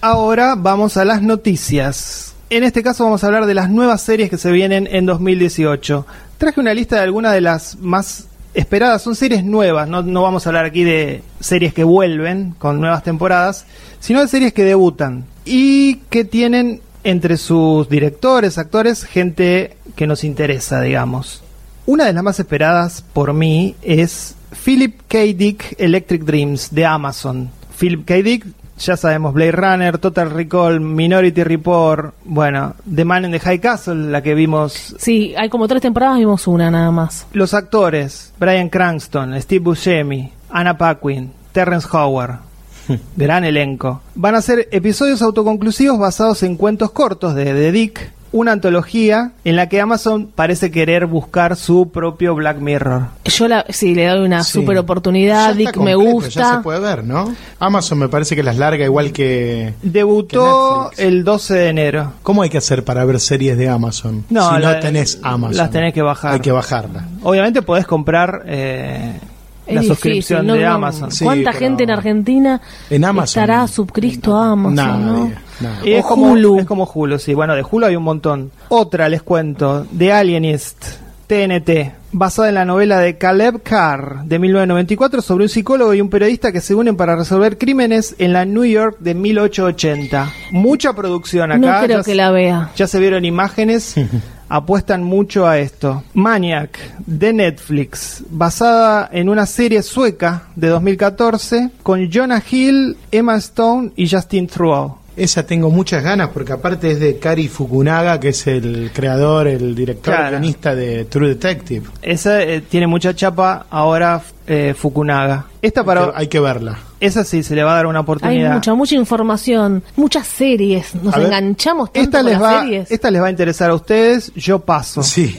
A: Ahora vamos a las noticias. En este caso vamos a hablar de las nuevas series que se vienen en 2018. Traje una lista de algunas de las más esperadas. Son series nuevas, no, no vamos a hablar aquí de series que vuelven con nuevas temporadas, sino de series que debutan y que tienen entre sus directores, actores, gente que nos interesa, digamos. Una de las más esperadas por mí es Philip K. Dick Electric Dreams de Amazon. Philip K. Dick, ya sabemos, Blade Runner, Total Recall, Minority Report, bueno, The Man in the High Castle, la que vimos.
B: Sí, hay como tres temporadas, vimos una nada más.
A: Los actores, Brian Cranston, Steve Buscemi, Anna Paquin, Terrence Howard. Gran elenco. Van a ser episodios autoconclusivos basados en cuentos cortos de, de Dick, una antología en la que Amazon parece querer buscar su propio Black Mirror.
B: Yo la, sí, le doy una
C: Sí.
B: super
C: Ya
B: oportunidad,
C: está
B: Dick me
C: completo, Ya
B: gusta.
C: se puede ver, ¿no? Amazon me parece que las larga igual que.
A: Debutó
C: que Netflix.
A: el 12 de enero.
C: ¿Cómo hay que hacer para ver series de Amazon?
A: No,
C: si
A: la-
C: no tenés Amazon.
A: las tenés que bajar.
C: Hay que bajarla.
A: Obviamente podés comprar eh,
B: Es
A: la
B: difícil,
A: suscripción
B: ¿no?
A: de Amazon.
C: Sí,
B: ¿Cuánta
C: pero-
B: gente en Argentina
C: En Amazon.
B: estará suscrito a Amazon? ¿no?
C: Nadie, nadie.
A: Y
B: O
A: es como,
B: Hulu.
A: Es como Hulu, sí. Bueno, de Hulu hay un montón. Otra, les cuento, de Alienist, TNT, basada en la novela de Caleb Carr de 1994 sobre un psicólogo y un periodista que se unen para resolver crímenes en la New York de 1880. Mucha producción acá.
B: No creo
A: ya
B: que
A: se-
B: la vea.
A: Ya se vieron imágenes, apuestan mucho a esto. Maniac, de Netflix, basada en una serie sueca de 2014, con Jonah Hill, Emma Stone y Justin Trudeau.
C: Esa tengo muchas ganas porque aparte es de Kari Fukunaga, que es el creador, el director,
A: Claro.
C: el guionista de True Detective.
A: Esa eh, tiene mucha chapa ahora eh, Fukunaga. Esta
C: Pero
A: para...
C: hay que verla.
A: Esa sí, se le va a dar una
B: Hay
A: oportunidad.
B: mucha, mucha información, muchas series. Nos
C: A ver,
B: enganchamos tanto
A: Esta
B: con
A: les,
B: las
A: va,
B: series.
A: esta les va a interesar a ustedes, yo paso.
C: Sí,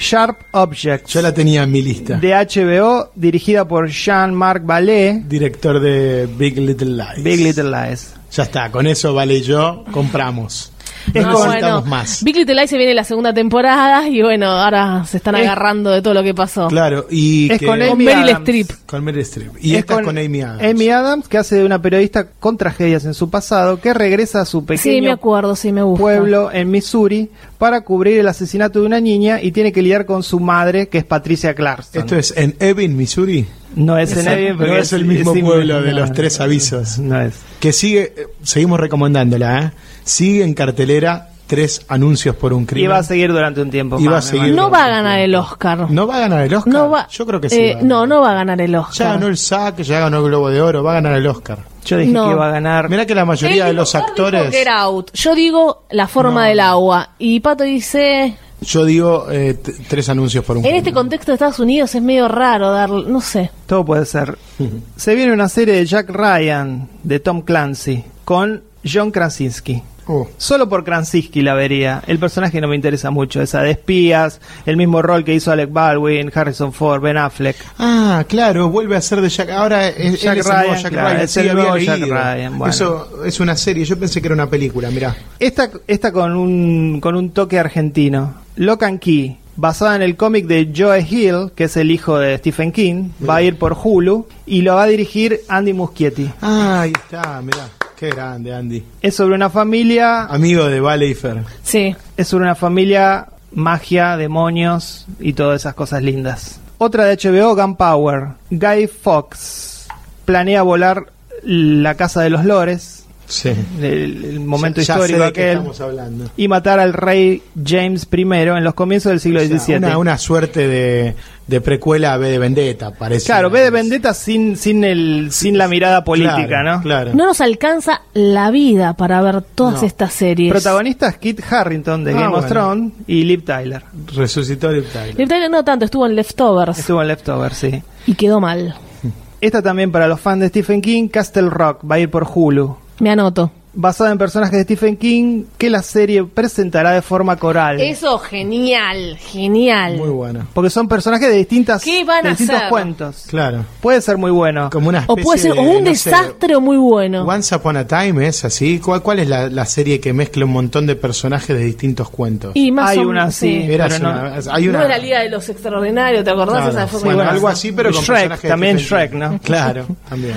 A: Sharp Objects,
C: yo la tenía en mi lista.
A: de HBO, dirigida por Jean-Marc Ballet,
C: Director de Big Little Lies.
A: Big Little Lies.
C: Ya está, con eso Vale y yo compramos.
A: Este Es
C: no
A: como-
C: necesitamos más.
B: Ah, Big Little Lies se viene la segunda temporada y bueno, ahora se están
A: Es-
B: agarrando de todo lo que pasó.
C: Claro, y
A: Es
C: que-
A: con
B: Con
A: Amy
B: Meryl
A: Adams.
B: Streep.
C: con Meryl Streep. Y
A: Es
C: esta es con Amy Adams.
A: Amy Adams, que hace de una periodista con tragedias en su pasado, que regresa a su
B: Sí, me
A: pequeño
B: acuerdo, sí, me gusta.
A: pueblo en Missouri para cubrir el asesinato de una niña y tiene que lidiar con su madre, que es Patricia Clarkson.
C: Esto es en Evin, Missouri.
A: No es de nadie,
C: no
A: porque
C: es el mismo
A: simple.
C: pueblo de
A: No,
C: los
A: no,
C: tres avisos.
A: No es.
C: Que sigue, eh, seguimos recomendándola, ¿eh? Sigue en cartelera tres anuncios por un crimen.
A: Y va a seguir durante un tiempo.
C: Y
A: más,
C: va a
A: me
C: seguir.
A: imagino.
B: No va a ganar el Oscar.
C: ¿No va a ganar el Oscar?
B: No va-
C: Yo creo que sí.
B: Eh,
C: va a
B: no,
C: ganar.
B: no va a ganar el
C: Ya
B: Oscar.
C: ganó el SAC, ya ganó el Globo de Oro, va a ganar el Oscar.
A: Yo dije
B: No.
A: que iba a ganar.
C: Mirá que la mayoría
B: El
C: de los
B: director
C: actores.
B: dijo Get Out. Yo digo la forma
C: No.
B: del agua. Y Pato dice,
C: Yo digo eh, t- tres anuncios por un
B: en este
C: crimen.
B: contexto de Estados Unidos es medio raro dar, no sé.
A: Todo puede ser. Se viene una serie de Jack Ryan, de Tom Clancy, con John Krasinski.
C: Uh,
A: Solo por Krasinski la vería. El personaje no me interesa mucho. Esa de espías, el mismo rol que hizo Alec Baldwin, Harrison Ford, Ben Affleck.
C: Ah, claro, vuelve a ser de Jack. Ahora es,
A: Jack
C: él es el nuevo
A: Ryan,
C: Jack
A: claro,
C: Ryan.
A: es
C: sí,
A: el
C: había
A: nuevo Jack
C: leído.
A: Ryan, bueno.
C: Eso es una serie. Yo pensé que era una película, mirá.
A: Esta, esta con, un, con un toque argentino. Lock and Key, basada en el cómic de Joe Hill, que es el hijo de Stephen King, va a ir por Hulu y lo va a dirigir Andy Muschietti.
C: Ah, ahí está, mirá. Qué grande, Andy.
A: Es sobre una familia
C: Amigo de Valeifer.
B: Sí.
A: Es sobre una familia, magia, demonios y todas esas cosas lindas. Otra de HBO, Gunpowder. Guy Fox planea volar la casa de los lores,
C: Sí.
A: el, el momento
C: Ya- ya
A: histórico
C: sé de qué
A: aquel,
C: estamos hablando.
A: y matar al rey James I en los comienzos del siglo
C: O sea,
A: XVII.
C: una, una suerte de, de precuela a B de Vendetta, parece.
A: Claro, ve de vendetta sin, sin, el, sin la mirada política,
C: Claro,
A: ¿no?
C: Claro.
B: No nos alcanza la vida para ver todas
C: No.
B: estas series.
A: Protagonistas Kit Harrington de
C: Ah,
A: Game
C: bueno.
A: of Thrones y Liv Tyler.
C: Resucitó el Tyler.
B: Liv Tyler no tanto, estuvo en Leftovers
A: Estuvo en Leftover, sí.
B: y quedó mal.
A: Esta también para los fans de Stephen King, Castle Rock, va a ir por Hulu.
B: Me anoto.
A: Basada en personajes de Stephen King, que la serie presentará de forma coral.
B: Eso, genial, genial.
C: Eh. Muy bueno.
A: Porque son personajes de, distintas,
B: ¿Qué van
A: de
B: a
A: distintos
B: hacer?
A: cuentos.
C: Claro.
A: Puede ser muy bueno.
C: Como una
B: o
C: especie
B: puede ser
C: de,
B: o un
C: no sé,
B: desastre o muy bueno.
C: Once Upon a Time es así. ¿Cuál, cuál es la, la serie que mezcla un montón de personajes de distintos cuentos?
B: Y más
A: Hay
B: o-
A: una así.
C: Era
A: pero
C: una-
A: no.
C: hay una,
B: No era Liga de los Extraordinarios, ¿te acordás?
C: Claro.
B: Esa fue muy
C: Bueno,
B: buena.
C: algo así, pero con
A: Shrek,
C: personajes de
A: también
C: Stephen
A: Shrek,
C: King.
A: ¿no?
C: Claro, también.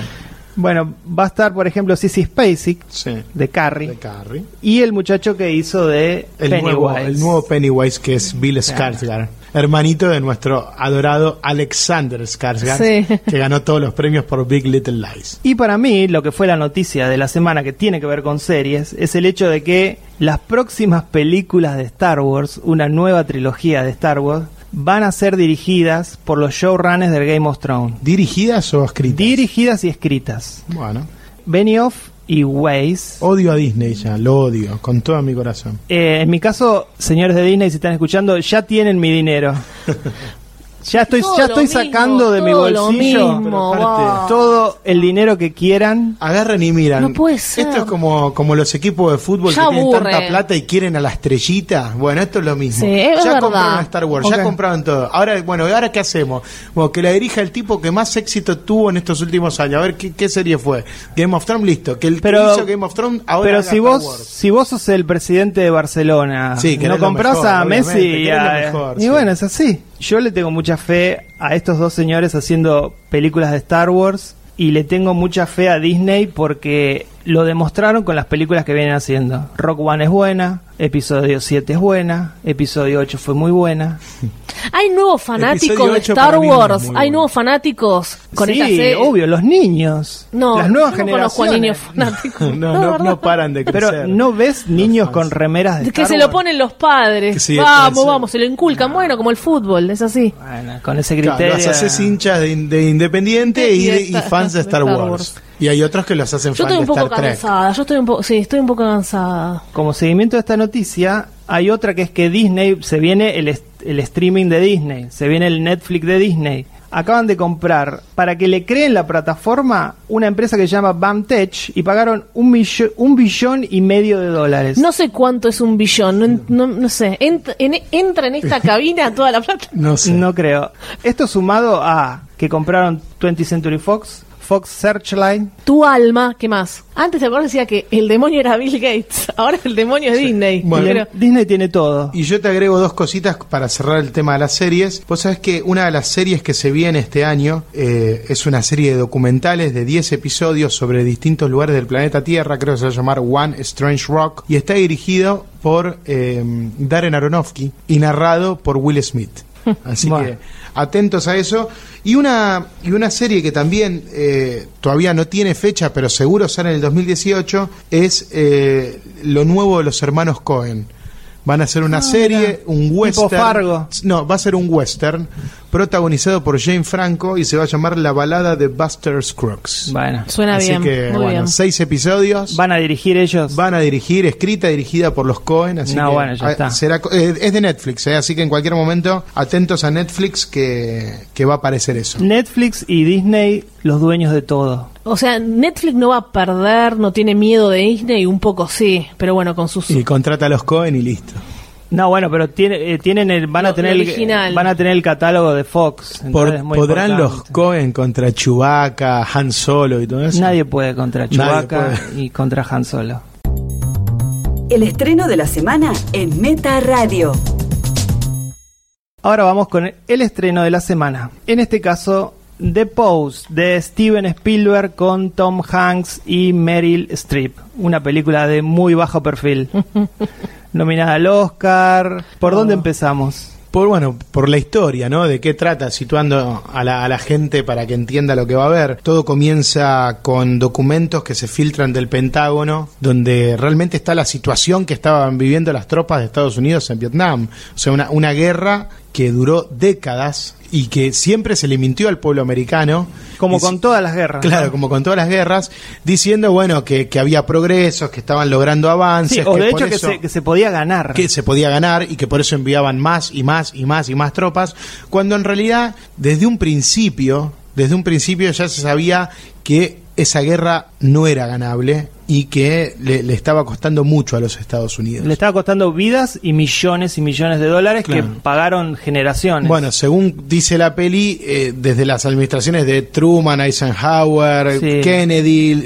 A: Bueno, va a estar, por ejemplo, Sissy Spacek,
C: Sí.
A: de Carrie,
C: De Carrie.
A: y el muchacho que hizo de
C: El
A: Pennywise.
C: nuevo, el nuevo Pennywise que es Bill Skarsgård, hermanito de nuestro adorado Alexander Skarsgård,
B: Sí.
C: que ganó todos los premios por Big Little Lies.
A: Y para mí, lo que fue la noticia de la semana que tiene que ver con series, es el hecho de que las próximas películas de Star Wars, una nueva trilogía de Star Wars, van a ser dirigidas por los showrunners del Game of Thrones.
C: ¿Dirigidas o escritas?
A: Dirigidas y escritas.
C: bueno,
A: Benioff y Weiss.
C: odio a Disney ya, lo odio, con todo mi corazón.
A: Eh, en mi caso, señores de Disney, si están escuchando, ya tienen mi dinero. Ya estoy,
B: Todo
A: ya
B: lo
A: estoy
B: mismo,
A: sacando de mi
B: todo lo
A: bolsillo
B: mismo,
C: Pero aparte-
B: va.
A: todo el dinero que quieran.
C: Agarren y miran.
B: No puede ser.
C: Esto es como, como los equipos de fútbol
B: Ya
C: que tienen
B: aburre.
C: tanta plata y quieren a la estrellita. Bueno, esto es lo mismo.
B: Sí, es
C: ya
B: verdad.
C: compraron a Star Wars,
B: Ok.
C: ya compraron todo. Ahora, bueno, ¿y ahora qué hacemos? Bueno, que la dirija el tipo que más éxito tuvo en estos últimos años. A ver, ¿qué, qué serie fue? Game of Thrones, listo. Que el que
A: Pero-
C: hizo Game of Thrones ahora
A: Pero
C: haga
A: si
C: Star
A: vos,
C: Wars.
A: si vos sos el presidente de Barcelona,
C: Sí, querés
A: no
C: lo
A: compras
C: mejor,
A: a
C: obviamente,
A: Messi y,
C: querés lo
A: a-
C: mejor,
A: y
C: sí.
A: bueno, es así. Yo le tengo mucha fe a estos dos señores haciendo películas de Star Wars y le tengo mucha fe a Disney porque lo demostraron con las películas que vienen haciendo. Rock One es buena, episodio 7 es buena, episodio 8 fue muy buena.
B: Hay nuevos fanáticos
C: Episodio
B: de
C: ocho
B: Star
C: para mí no es
B: Wars.
C: muy
B: Hay
C: bueno.
B: nuevos fanáticos con
A: sí,
B: esta serie.
A: obvio, los niños,
B: No,
A: las nuevas
B: yo no conozco a
A: generaciones.
B: niños fanáticos.
C: No, no, no paran de crecer.
A: pero no ves niños con remeras de
B: Que
A: Star
B: se lo
A: Wars?
B: ponen los padres.
C: Que sí, puede
B: vamos,
C: ser.
B: vamos, se lo inculcan. Bueno, como el fútbol, es así.
A: Bueno, con ese
C: Claro,
A: criterio.
C: los haces hinchas de, de Independiente y,
B: Y de
C: y
B: Star-
C: fans de Star,
B: de Star
C: Wars.
B: Wars.
C: Y hay otros que los hacen
B: Yo
C: fans
B: estoy
C: de
B: un poco
C: Star Trek.
B: cansada. Yo estoy un poco, sí, estoy un poco cansada.
A: Como seguimiento de esta noticia, hay otra que es que Disney, se viene el, est- el streaming de Disney, se viene el Netflix de Disney. Acaban de comprar, para que le creen la plataforma, una empresa que se llama BAMTech y pagaron un, millo- un billón y medio de dólares.
B: No sé cuánto es un billón, no, en- no- no sé. Ent- en- entra en esta cabina toda la plata.
C: No sé.
A: No creo. Esto sumado a que compraron 20th Century Fox, Fox Searchlight,
B: Tu alma, ¿qué más? Antes te acuerdas decía que el demonio era Bill Gates, ahora el demonio es Disney.
C: Bueno.
B: Pero-
A: Disney tiene todo.
C: Y yo te agrego dos cositas para cerrar el tema de las series. Vos sabés que una de las series que se viene este año eh, es una serie de documentales de 10 episodios sobre distintos lugares del planeta Tierra, creo que se va a llamar One Strange Rock, y está dirigido por eh, Darren Aronofsky y narrado por Will Smith. Así
A: Bueno.
C: que atentos a eso. Y una, y una serie que también eh, todavía no tiene fecha, pero seguro sale en el 2018, es eh, lo nuevo de los hermanos Cohen. Van a hacer
B: Ah,
C: una serie, un western.
A: Fargo.
C: No, va a ser un western protagonizado por Jane Franco y se va a llamar La balada de Buster Scruggs.
A: Bueno.
B: Suena
C: Así
B: bien.
C: que,
B: muy
C: bueno,
B: bien.
C: seis episodios.
A: ¿Van a dirigir ellos?
C: Van a dirigir, escrita, dirigida por los Cohen. Así
A: No,
C: que,
A: bueno, ya
C: ah,
A: está.
C: será co- eh, es de Netflix, eh, así que en cualquier momento, atentos a Netflix que, que va a aparecer eso.
A: Netflix y Disney, los dueños de todo.
B: O sea, Netflix no va a perder, no tiene miedo de Disney, un poco sí, pero bueno, con sus...
C: Y contrata a los Cohen y listo.
A: No, bueno, pero tiene, eh, tienen el, van a
B: Lo-
A: tener
B: lo
A: el-
B: original.
A: van a tener el catálogo de Fox. entonces
C: Por-
A: es muy
C: ¿Podrán los
A: importante.
C: Cohen contra Chewbacca, Han Solo y todo eso?
A: Nadie puede contra
C: Nadie
A: Chewbacca
C: puede.
A: y contra Han Solo.
D: El estreno de la semana en Meta Radio.
A: Ahora vamos con el estreno de la semana. En este caso, The Post de Steven Spielberg con Tom Hanks y Meryl Streep. Una película de muy bajo perfil. Nominada al Oscar. ¿Por dónde empezamos?
C: Por, bueno, por la historia, ¿no? De qué trata, situando a la, a la gente para que entienda lo que va a ver. Todo comienza con documentos que se filtran del Pentágono, donde realmente está la situación que estaban viviendo las tropas de Estados Unidos en Vietnam. O sea, una, una guerra que duró décadas y que siempre se le mintió al pueblo americano.
A: Como
C: Y si-
A: con todas las guerras.
C: Claro, como con todas las guerras, diciendo, bueno, que, que había progresos, que estaban logrando avances.
A: Sí, o de
C: por
A: hecho que
C: eso-
A: se, que se podía ganar.
C: que se podía ganar y que por eso enviaban más y más y más y más tropas, cuando en realidad desde un principio, desde un principio ya se sabía que esa guerra no era ganable y que le, le estaba costando mucho a los Estados Unidos.
A: Le estaba costando vidas y millones y millones de dólares
C: Claro.
A: que pagaron generaciones.
C: Bueno, según dice la peli, eh, desde las administraciones de Truman, Eisenhower,
A: Sí.
C: Kennedy,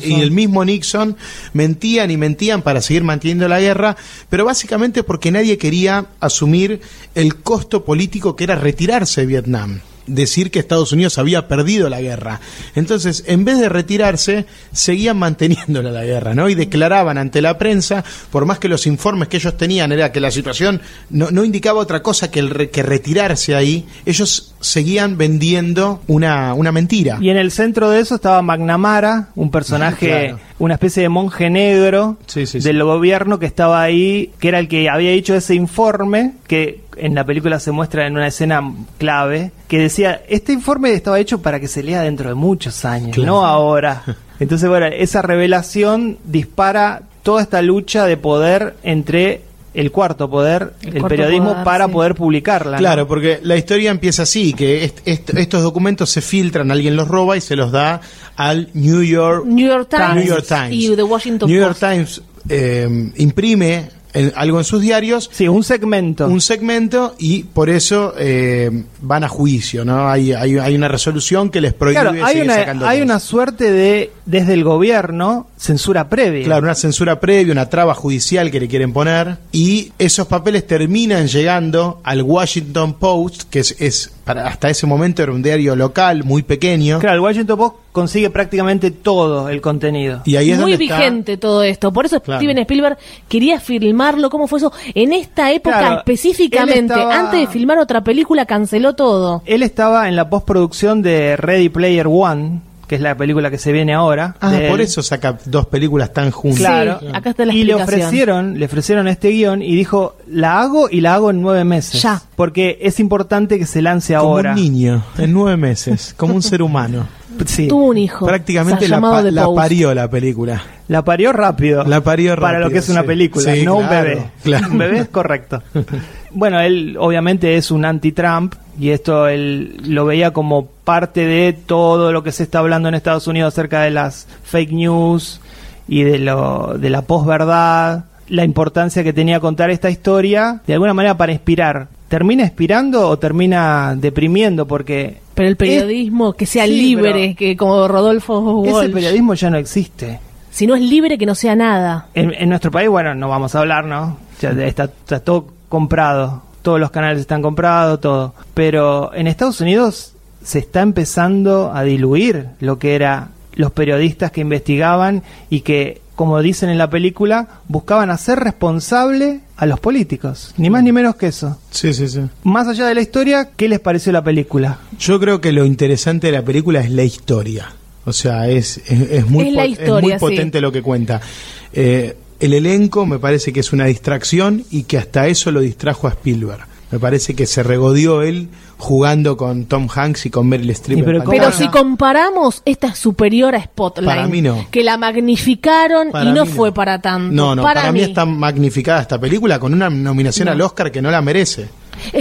A: Johnson.
C: y el mismo Nixon, mentían y mentían para seguir manteniendo la guerra, pero básicamente porque nadie quería asumir el costo político que era retirarse de Vietnam decir que Estados Unidos había perdido la guerra. Entonces, en vez de retirarse, seguían manteniéndola la guerra, ¿no? Y declaraban ante la prensa, por más que los informes que ellos tenían era que la situación no, no indicaba otra cosa que, el re- que retirarse ahí, ellos seguían vendiendo una, una mentira.
A: Ah. Y en el centro de eso estaba McNamara, un personaje,
C: Claro.
A: una especie de monje negro
C: Sí, sí, sí.
A: del gobierno que estaba ahí, que era el que había hecho ese informe, que en la película se muestra en una escena clave, que decía, este informe estaba hecho para que se lea dentro de muchos años,
C: Claro.
A: no ahora. Entonces, bueno, esa revelación dispara toda esta lucha de poder entre el cuarto poder,
B: El
A: el,
B: cuarto
A: periodismo,
B: poder,
A: para
B: sí.
A: poder publicarla. ¿no?
C: Claro, porque la historia empieza así, que est- est- estos documentos se filtran, alguien los roba y se los da al New York
B: New York Times,
C: New York Times.
B: y The Washington
C: New
B: Post.
C: York Times eh, imprime eh, algo en sus diarios,
A: Sí, un segmento.
C: un segmento, y por eso eh, van a juicio, ¿no? Hay, hay, hay una resolución que les prohíbe
A: Claro, hay
C: seguir
A: una,
C: sacando
A: hay
C: cosas.
A: una suerte de, desde el gobierno, censura previa.
C: Claro, una censura previa, una traba judicial que le quieren poner. Y esos papeles terminan llegando al Washington Post, que es, es para, hasta ese momento era un diario local muy pequeño.
A: Claro, el Washington Post consigue prácticamente todo el contenido.
C: Y ahí es
B: Muy
C: donde está-
B: vigente todo esto. Por eso
C: Claro.
B: Steven Spielberg quería filmarlo. ¿Cómo fue eso? En esta época
A: Claro,
B: específicamente,
A: él estaba-
B: antes de filmar otra película, canceló todo.
A: Él estaba en la postproducción de Ready Player One, que es la película que se viene ahora.
C: Ah,
A: de
C: por
A: él.
C: eso saca dos películas tan juntas.
A: Claro.
B: Sí, acá está la
A: y le
B: explicación.
A: ofrecieron, le ofrecieron este guión y dijo, la hago y la hago en nueve meses.
B: Ya.
A: Porque es importante que se lance
C: Como
A: ahora.
C: un niño, en nueve meses, como un ser humano.
A: Sí.
B: Tuvo un hijo.
C: Prácticamente
B: se ha
C: la,
B: llamado
C: pa-
B: The
C: la
B: Post.
C: parió la película.
A: La parió rápido.
C: La parió
A: Para
C: rápido,
A: lo que es una
C: sí.
A: película,
C: Sí,
A: no un
C: claro,
A: bebé.
C: claro.
A: Un bebé es correcto. bueno, él obviamente es un anti-Trump y esto él lo veía como parte de todo lo que se está hablando en Estados Unidos acerca de las fake news y de, lo, de la posverdad, la importancia que tenía contar esta historia, de alguna manera para inspirar. ¿Termina inspirando o termina deprimiendo? Porque
B: Pero el periodismo que sea
A: Sí,
B: libre,
A: pero-
B: que como Rodolfo
A: ese
B: Walsh.
A: periodismo ya no existe.
B: Si no es libre, que no sea nada.
A: En, en nuestro país, bueno, no vamos a hablar, ¿no? Ya de- está, está todo comprado, todos los canales están comprados, todo. Pero en Estados Unidos se está empezando a diluir lo que era los periodistas que investigaban y que como dicen en la película, buscaban hacer responsable a los políticos. Ni
C: Mm.
A: más ni menos que eso.
C: Sí, sí, sí.
A: Más allá de la historia, ¿qué les pareció la película?
C: Yo creo que lo interesante de la película es la historia. O sea, es, es, es muy,
B: Es la
C: pot-
B: historia, sí.
C: muy potente lo que cuenta. Eh, el elenco me parece que es una distracción y que hasta eso lo distrajo a Spielberg. Me parece que se regodeó él jugando con Tom Hanks y con Meryl Streep.
A: Y
C: en
A: pero
C: pantalla.
B: Pero
A: Claro.
B: si comparamos, esta es superior a Spotlight.
C: Para mí no.
B: Que la magnificaron
C: Para
B: y no
C: mí
B: fue para tanto.
C: No, no, para, mí. está magnificada esta película con una nominación al Oscar que no la merece.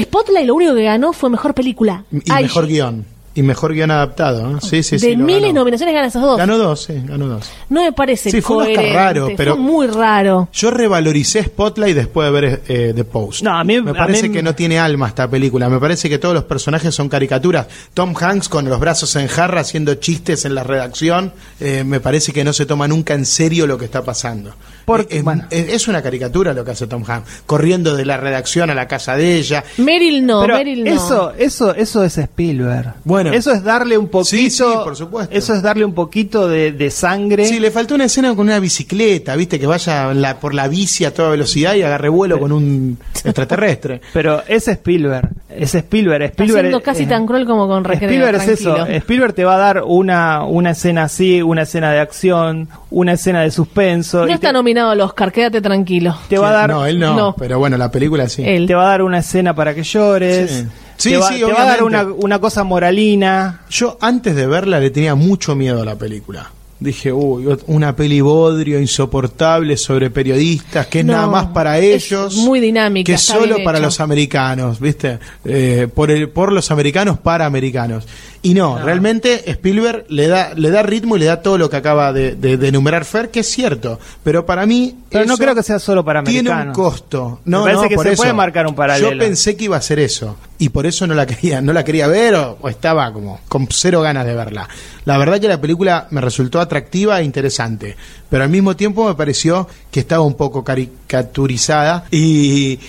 B: Spotlight lo único que ganó fue mejor película.
C: Y
B: Ay,
C: mejor guión. Y mejor guión adaptado. ¿no? Sí, sí, sí.
B: de
C: lo
B: miles de
C: ganó.
B: nominaciones ganan esas dos.
C: Ganó dos, sí, ganó dos.
B: No me parece
C: Sí, fue un Oscar
B: coherente.
C: raro,
B: fue
C: pero-
B: muy raro.
C: Yo revaloricé Spotlight después de ver eh, The Post.
A: No, a mí-
C: me
A: a
C: parece
A: mí-
C: que no tiene alma esta película. Me parece que todos los personajes son caricaturas. Tom Hanks con los brazos en jarra haciendo chistes en la redacción. Eh, me parece que no se toma nunca en serio lo que está pasando.
A: Porque,
C: Eh, es,
A: bueno.
C: es- es una caricatura lo que hace Tom Hanks. Corriendo de la redacción a la casa de ella.
B: Meryl no,
A: Pero
B: Meryl no.
A: eso, eso, eso es Spielberg.
C: Bueno.
A: eso es darle un poquito.
C: Sí, sí, por supuesto.
A: Eso es darle un poquito de, de sangre.
C: Sí, le faltó una escena con una bicicleta, viste, que vaya la- por la bici a toda velocidad y agarre vuelo con un extraterrestre.
A: Pero es Spielberg, es Spielberg,
B: Está
A: Spielberg.
B: siendo
A: eh,
B: casi tan cruel como con Recreo.
A: Spielberg es eso,
B: tranquilo.
A: Spielberg te va a dar una, una escena así, una escena de acción, una escena de suspenso,
B: No
A: y
B: está
A: te,
B: nominado al Oscar, quédate tranquilo.
A: te va a dar
C: No, él no,
B: No.
C: pero bueno, la película sí.
B: Él.
A: te va a dar una escena para que llores,
C: Sí. Sí,
A: te, va,
C: sí,
A: te va a dar una,
C: obviamente.
A: una cosa moralina,
C: Yo antes de verla le tenía mucho miedo a la película. Dije, uy, ot- una peli bodrio, insoportable, sobre periodistas, que es
B: No,
C: nada más para
B: es
C: ellos.
B: muy dinámica,
C: Que es
B: está
C: solo
B: bien
C: para
B: hecho.
C: los americanos, ¿viste? Eh, por, el, por los americanos, para americanos. Y no, realmente Spielberg le da, le da ritmo y le da todo lo que acaba de, de- de enumerar Fer, que es cierto. Pero para mí.
A: pero no
C: eso
A: creo que sea solo para
C: Tiene
A: americanos.
C: un costo.
A: Me
C: No,
A: parece
C: no,
A: que
C: por
A: se
C: eso.
A: puede marcar un
C: Yo
A: paralelo.
C: pensé que iba a ser eso. Y por eso no la quería, no la quería ver o, o estaba como con cero ganas de verla. La verdad que la película me resultó atractiva e interesante. Pero al mismo tiempo me pareció que estaba un poco caricaturizada. Y,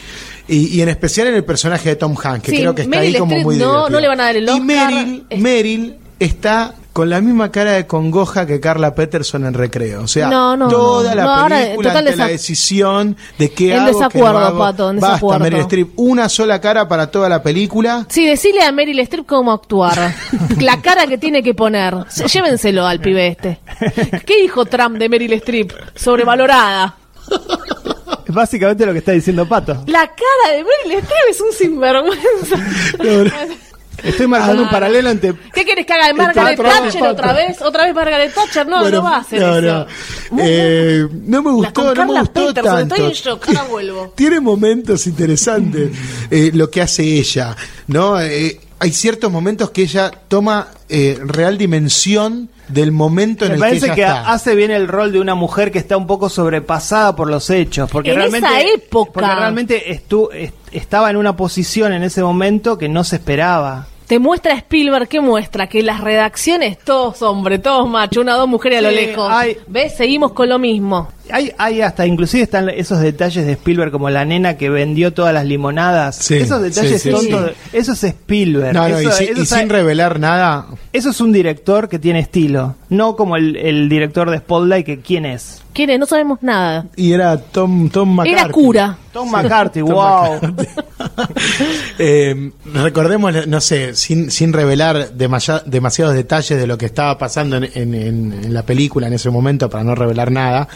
C: y- y en especial en el personaje de Tom Hanks, que
B: Sí,
C: creo que está
B: Meryl
C: ahí como
B: Streep
C: muy
B: no-
C: divertido.
B: no le van a dar el
C: Y
B: Oscar.
C: Meryl,
B: Es-
C: Meryl está con la misma cara de congoja que Carla Peterson en Recreo. O sea,
B: No, no,
C: toda
B: no.
C: la
B: No, ahora,
C: película
B: total
C: ante la
B: desac-
C: decisión de qué
B: En
C: hago, qué
B: desacuerdo,
C: no hago.
B: Pato, en
C: Basta,
B: desacuerdo.
C: Meryl Streep, una sola cara para toda la película.
B: Sí, decile a Meryl Streep cómo actuar. La cara que tiene que poner. Sí, Llévenselo al pibe este. ¿Qué dijo Trump de Meryl Streep? Sobrevalorada.
A: Es básicamente lo que está diciendo Pato.
B: La cara de Meryl Streep es un sinvergüenza.
A: Estoy marcando
B: Ah.
A: un paralelo entre
B: ¿Qué quieres que haga de Margaret
C: Pato, Pato.
B: Thatcher otra vez? ¿Otra vez Margaret Thatcher? No,
C: Bueno,
B: no va a hacer
C: no,
B: eso.
C: No. Eh, no me
B: La con
C: gustó, no me
B: Carla
C: gustó
B: Peterson,
C: tanto.
B: estoy en shock, ahora vuelvo.
C: Tiene momentos interesantes eh, lo que hace ella, ¿no? Eh, hay ciertos momentos que ella toma eh, real dimensión del momento en
A: Me
C: el
A: parece
C: que
A: que,
C: ella está.
A: hace bien el rol de una mujer que está un poco sobrepasada por los hechos, porque
B: En
A: realmente
B: esa época.
A: porque realmente estu- est- estaba en una posición en ese momento que no se esperaba.
B: Te muestra Spielberg, ¿qué muestra? Que las redacciones, todos hombres, todos machos, una, dos mujeres a lo
A: Sí,
B: lejos.
A: ay.
B: ¿Ves? Seguimos con lo mismo.
A: Hay, hay hasta, inclusive están esos detalles de Spielberg como la nena que vendió todas las limonadas.
C: Sí,
A: esos detalles
C: sí, sí,
A: tontos, eso es Spielberg.
C: No, no, y
A: eso,
C: sin-
A: eso
C: y
A: es-
C: sin revelar nada,
A: eso es un director que tiene estilo, no como el, el director de Spotlight que quién es.
B: ¿Quién es? No sabemos nada.
C: Y era Tom, Tom McCarthy.
B: Era cura.
A: Tom McCarthy,
C: Tom
A: wow.
C: McCarthy. Eh, recordemos, no sé, sin, sin revelar demaya- demasiados detalles de lo que estaba pasando en, en- en- en la película en ese momento, para no revelar nada.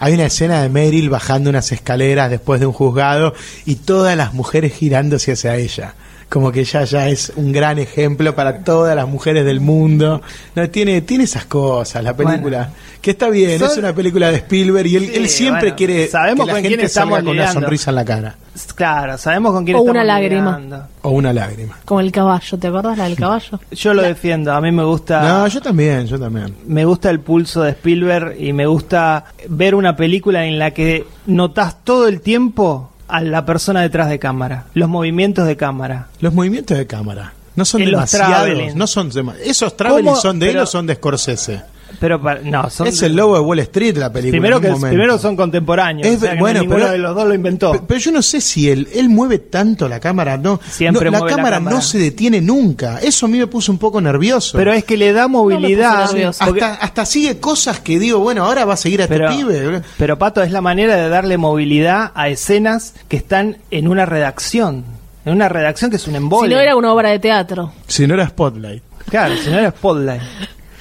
C: Hay una escena de Meryl bajando unas escaleras después de un juzgado y todas las mujeres girándose hacia ella. Como que ella ya es un gran ejemplo para todas las mujeres del mundo. No, tiene, tiene esas cosas la película. que está bien,
A: Son-
C: es una película de Spielberg y él,
A: Sí,
C: él siempre
A: bueno,
C: quiere
A: sabemos
C: que la
A: con
C: gente
A: quién estamos
C: salga con una
A: lidiando.
C: sonrisa en la cara
A: Claro, sabemos con quién
B: O
A: estamos
B: una lágrima.
A: lidiando.
C: o una lágrima.
B: Como el caballo, ¿te acordás la del caballo?
A: Yo lo defiendo, a mí me gusta.
C: No, yo también, yo también.
A: Me gusta el pulso de Spielberg y me gusta ver una película en la que notas todo el tiempo a la persona detrás de cámara, los movimientos de cámara.
C: Los movimientos de cámara no son
A: En los
C: demasiados,
A: traveling.
C: no son dema- esos traveling
A: ¿Cómo?
C: son de él
A: Pero-
C: o son de Scorsese.
A: Pero para- no, son
C: es el lobo de Wall Street la película.
A: primero,
C: en un
A: que,
C: momento.
A: primero son contemporáneos.
C: Es
A: o sea
C: ve-
A: que
C: bueno,
A: ninguno
C: pero-
A: de los dos lo inventó.
C: Pe- Pero yo no sé si él, él mueve tanto la cámara, no.
A: Siempre
C: no, la,
A: mueve la
C: cámara
A: cámara.
C: no se detiene nunca. Eso a mí me puso un poco nervioso.
A: Pero es que le da movilidad.
B: puse nervioso.
C: hasta,
A: porque-
C: hasta sigue cosas que digo, bueno, ahora va a seguir a
A: pero,
C: este pibe.
A: pero, Pato, es la manera de darle movilidad a escenas que están en una redacción. En una redacción que es un embole.
B: Si no era una obra de teatro.
C: Si no era Spotlight.
A: Claro, si no era Spotlight.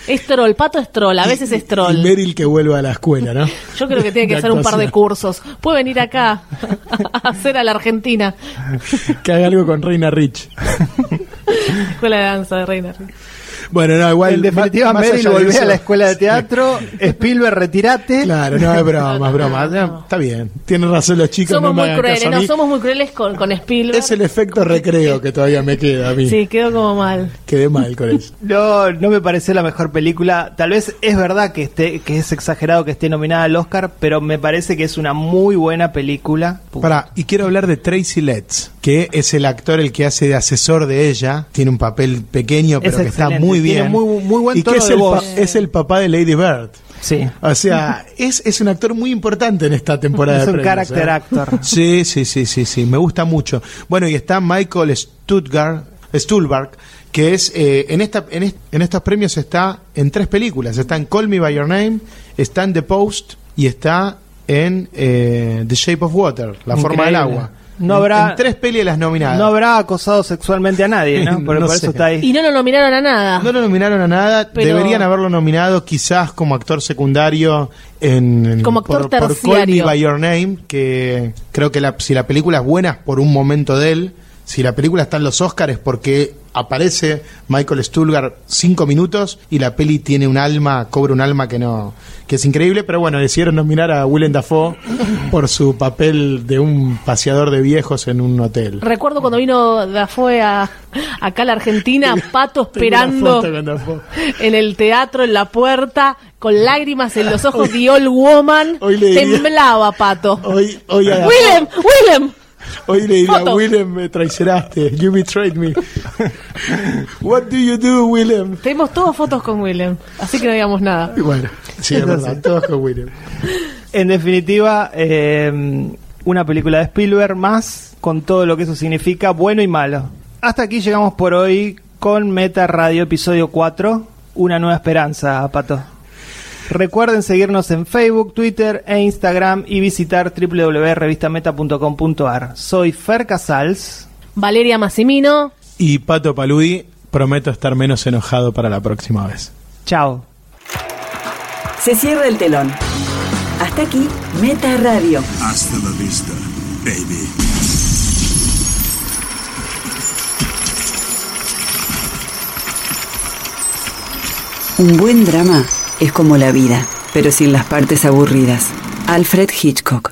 B: Es troll, pato es troll, a veces es troll.
C: Y Meryl que vuelva a la escuela, ¿no?
B: Yo creo que tiene que
C: De
B: hacer un par de
C: actuación.
B: cursos. Puede venir acá a hacer a la Argentina.
C: que haga algo con Reina Rich.
B: Escuela de danza de Reina.
C: Bueno, no, igual.
A: en definitiva,
C: ma- más
A: Meryl
C: allá de
A: volvé
C: eso-
A: a la escuela de teatro, Spielberg retirate.
C: Claro, no, es broma, es broma.
B: No, no.
C: No, Está bien. Tienen razón los chicos.
B: Somos
C: no me
B: muy
C: hagan
B: crueles,
C: caso a
B: no,
C: mí.
B: somos muy crueles con, con Spielberg.
C: Es el efecto recreo que todavía me queda a mí.
B: Sí, quedó como mal.
C: Quedé mal con eso.
A: No, no me pareció la mejor película. Tal vez es verdad que esté, que es exagerado que esté nominada al Oscar, pero me parece que es una muy buena película. Puta.
C: Pará, y quiero hablar de Tracy Letts, que es el actor el que hace de asesor de ella. Tiene un papel pequeño,
A: Es
C: pero que está
A: excelente,
C: muy bien.
A: tiene muy- muy buen
C: y que
A: tono
C: es,
A: de
C: el
A: voz.
C: pa- es el papá de Lady Bird.
A: Sí.
C: O sea, es, es un actor muy importante en esta temporada.
A: Es
C: de
A: un
C: premios,
A: character
C: ¿eh?
A: actor.
C: Sí, sí, sí, sí, sí, me gusta mucho. Bueno, y está Michael Stuttgart, Stuhlbarg, que es, eh, en, esta, en, est- en estos premios está en tres películas. Está en Call Me By Your Name, está en The Post y está en eh, The Shape of Water, La Forma del
A: Increíble.
C: Agua.
A: No
C: En-
A: habrá-
C: en tres pelis de las nominadas.
A: No habrá acosado sexualmente a nadie, ¿no? Porque
C: No
A: por
C: sé.
A: eso está ahí.
B: Y no lo nominaron a nada.
C: No lo nominaron a nada,
B: Ah. Pero-
C: deberían haberlo nominado quizás como actor secundario en, en-
B: Como actor
C: por, por Call Me
B: terciario.
C: by Your Name, que creo que la- si la película es buena es por un momento de él, si la película está en los Oscars es porque aparece Michael Stuhlgar cinco minutos y la peli tiene un alma, cobra un alma que no, que es increíble, pero bueno, decidieron nominar a Willem Dafoe por su papel de un paseador de viejos en un hotel.
B: Recuerdo cuando vino Dafoe a, acá a la Argentina, Pato
C: Tengo una
B: esperando
C: foto con Dafoe.
B: en el teatro, en la puerta, con lágrimas en los ojos, The Old Woman.
C: hoy le diría-
B: Temblaba, Pato.
C: Hoy, hoy a Dafoe-
B: ¡Willem! ¡Willem!
C: Hoy le diría,
B: Foto.
C: Willem, me traicionaste. You betrayed me. What do you do, Willem?
B: Tenemos todas fotos con Willem, así que no digamos nada.
C: Y bueno, sí, es verdad, todos con Willem.
A: En definitiva, eh, una película de Spielberg más con todo lo que eso significa, bueno y malo. Hasta aquí llegamos por hoy con Meta Radio Episodio 4, Una Nueva Esperanza, Pato. Recuerden seguirnos en Facebook, Twitter e Instagram y visitar www.revistameta.com.ar. Soy Fer Casals.
B: Valeria Massimino.
C: Y Pato Paludi, prometo estar menos enojado para la próxima vez.
A: Chao.
D: Se cierra el telón. Hasta aquí, Meta Radio.
E: Hasta la vista, baby.
D: Un buen drama es como la vida, pero sin las partes aburridas. Alfred Hitchcock.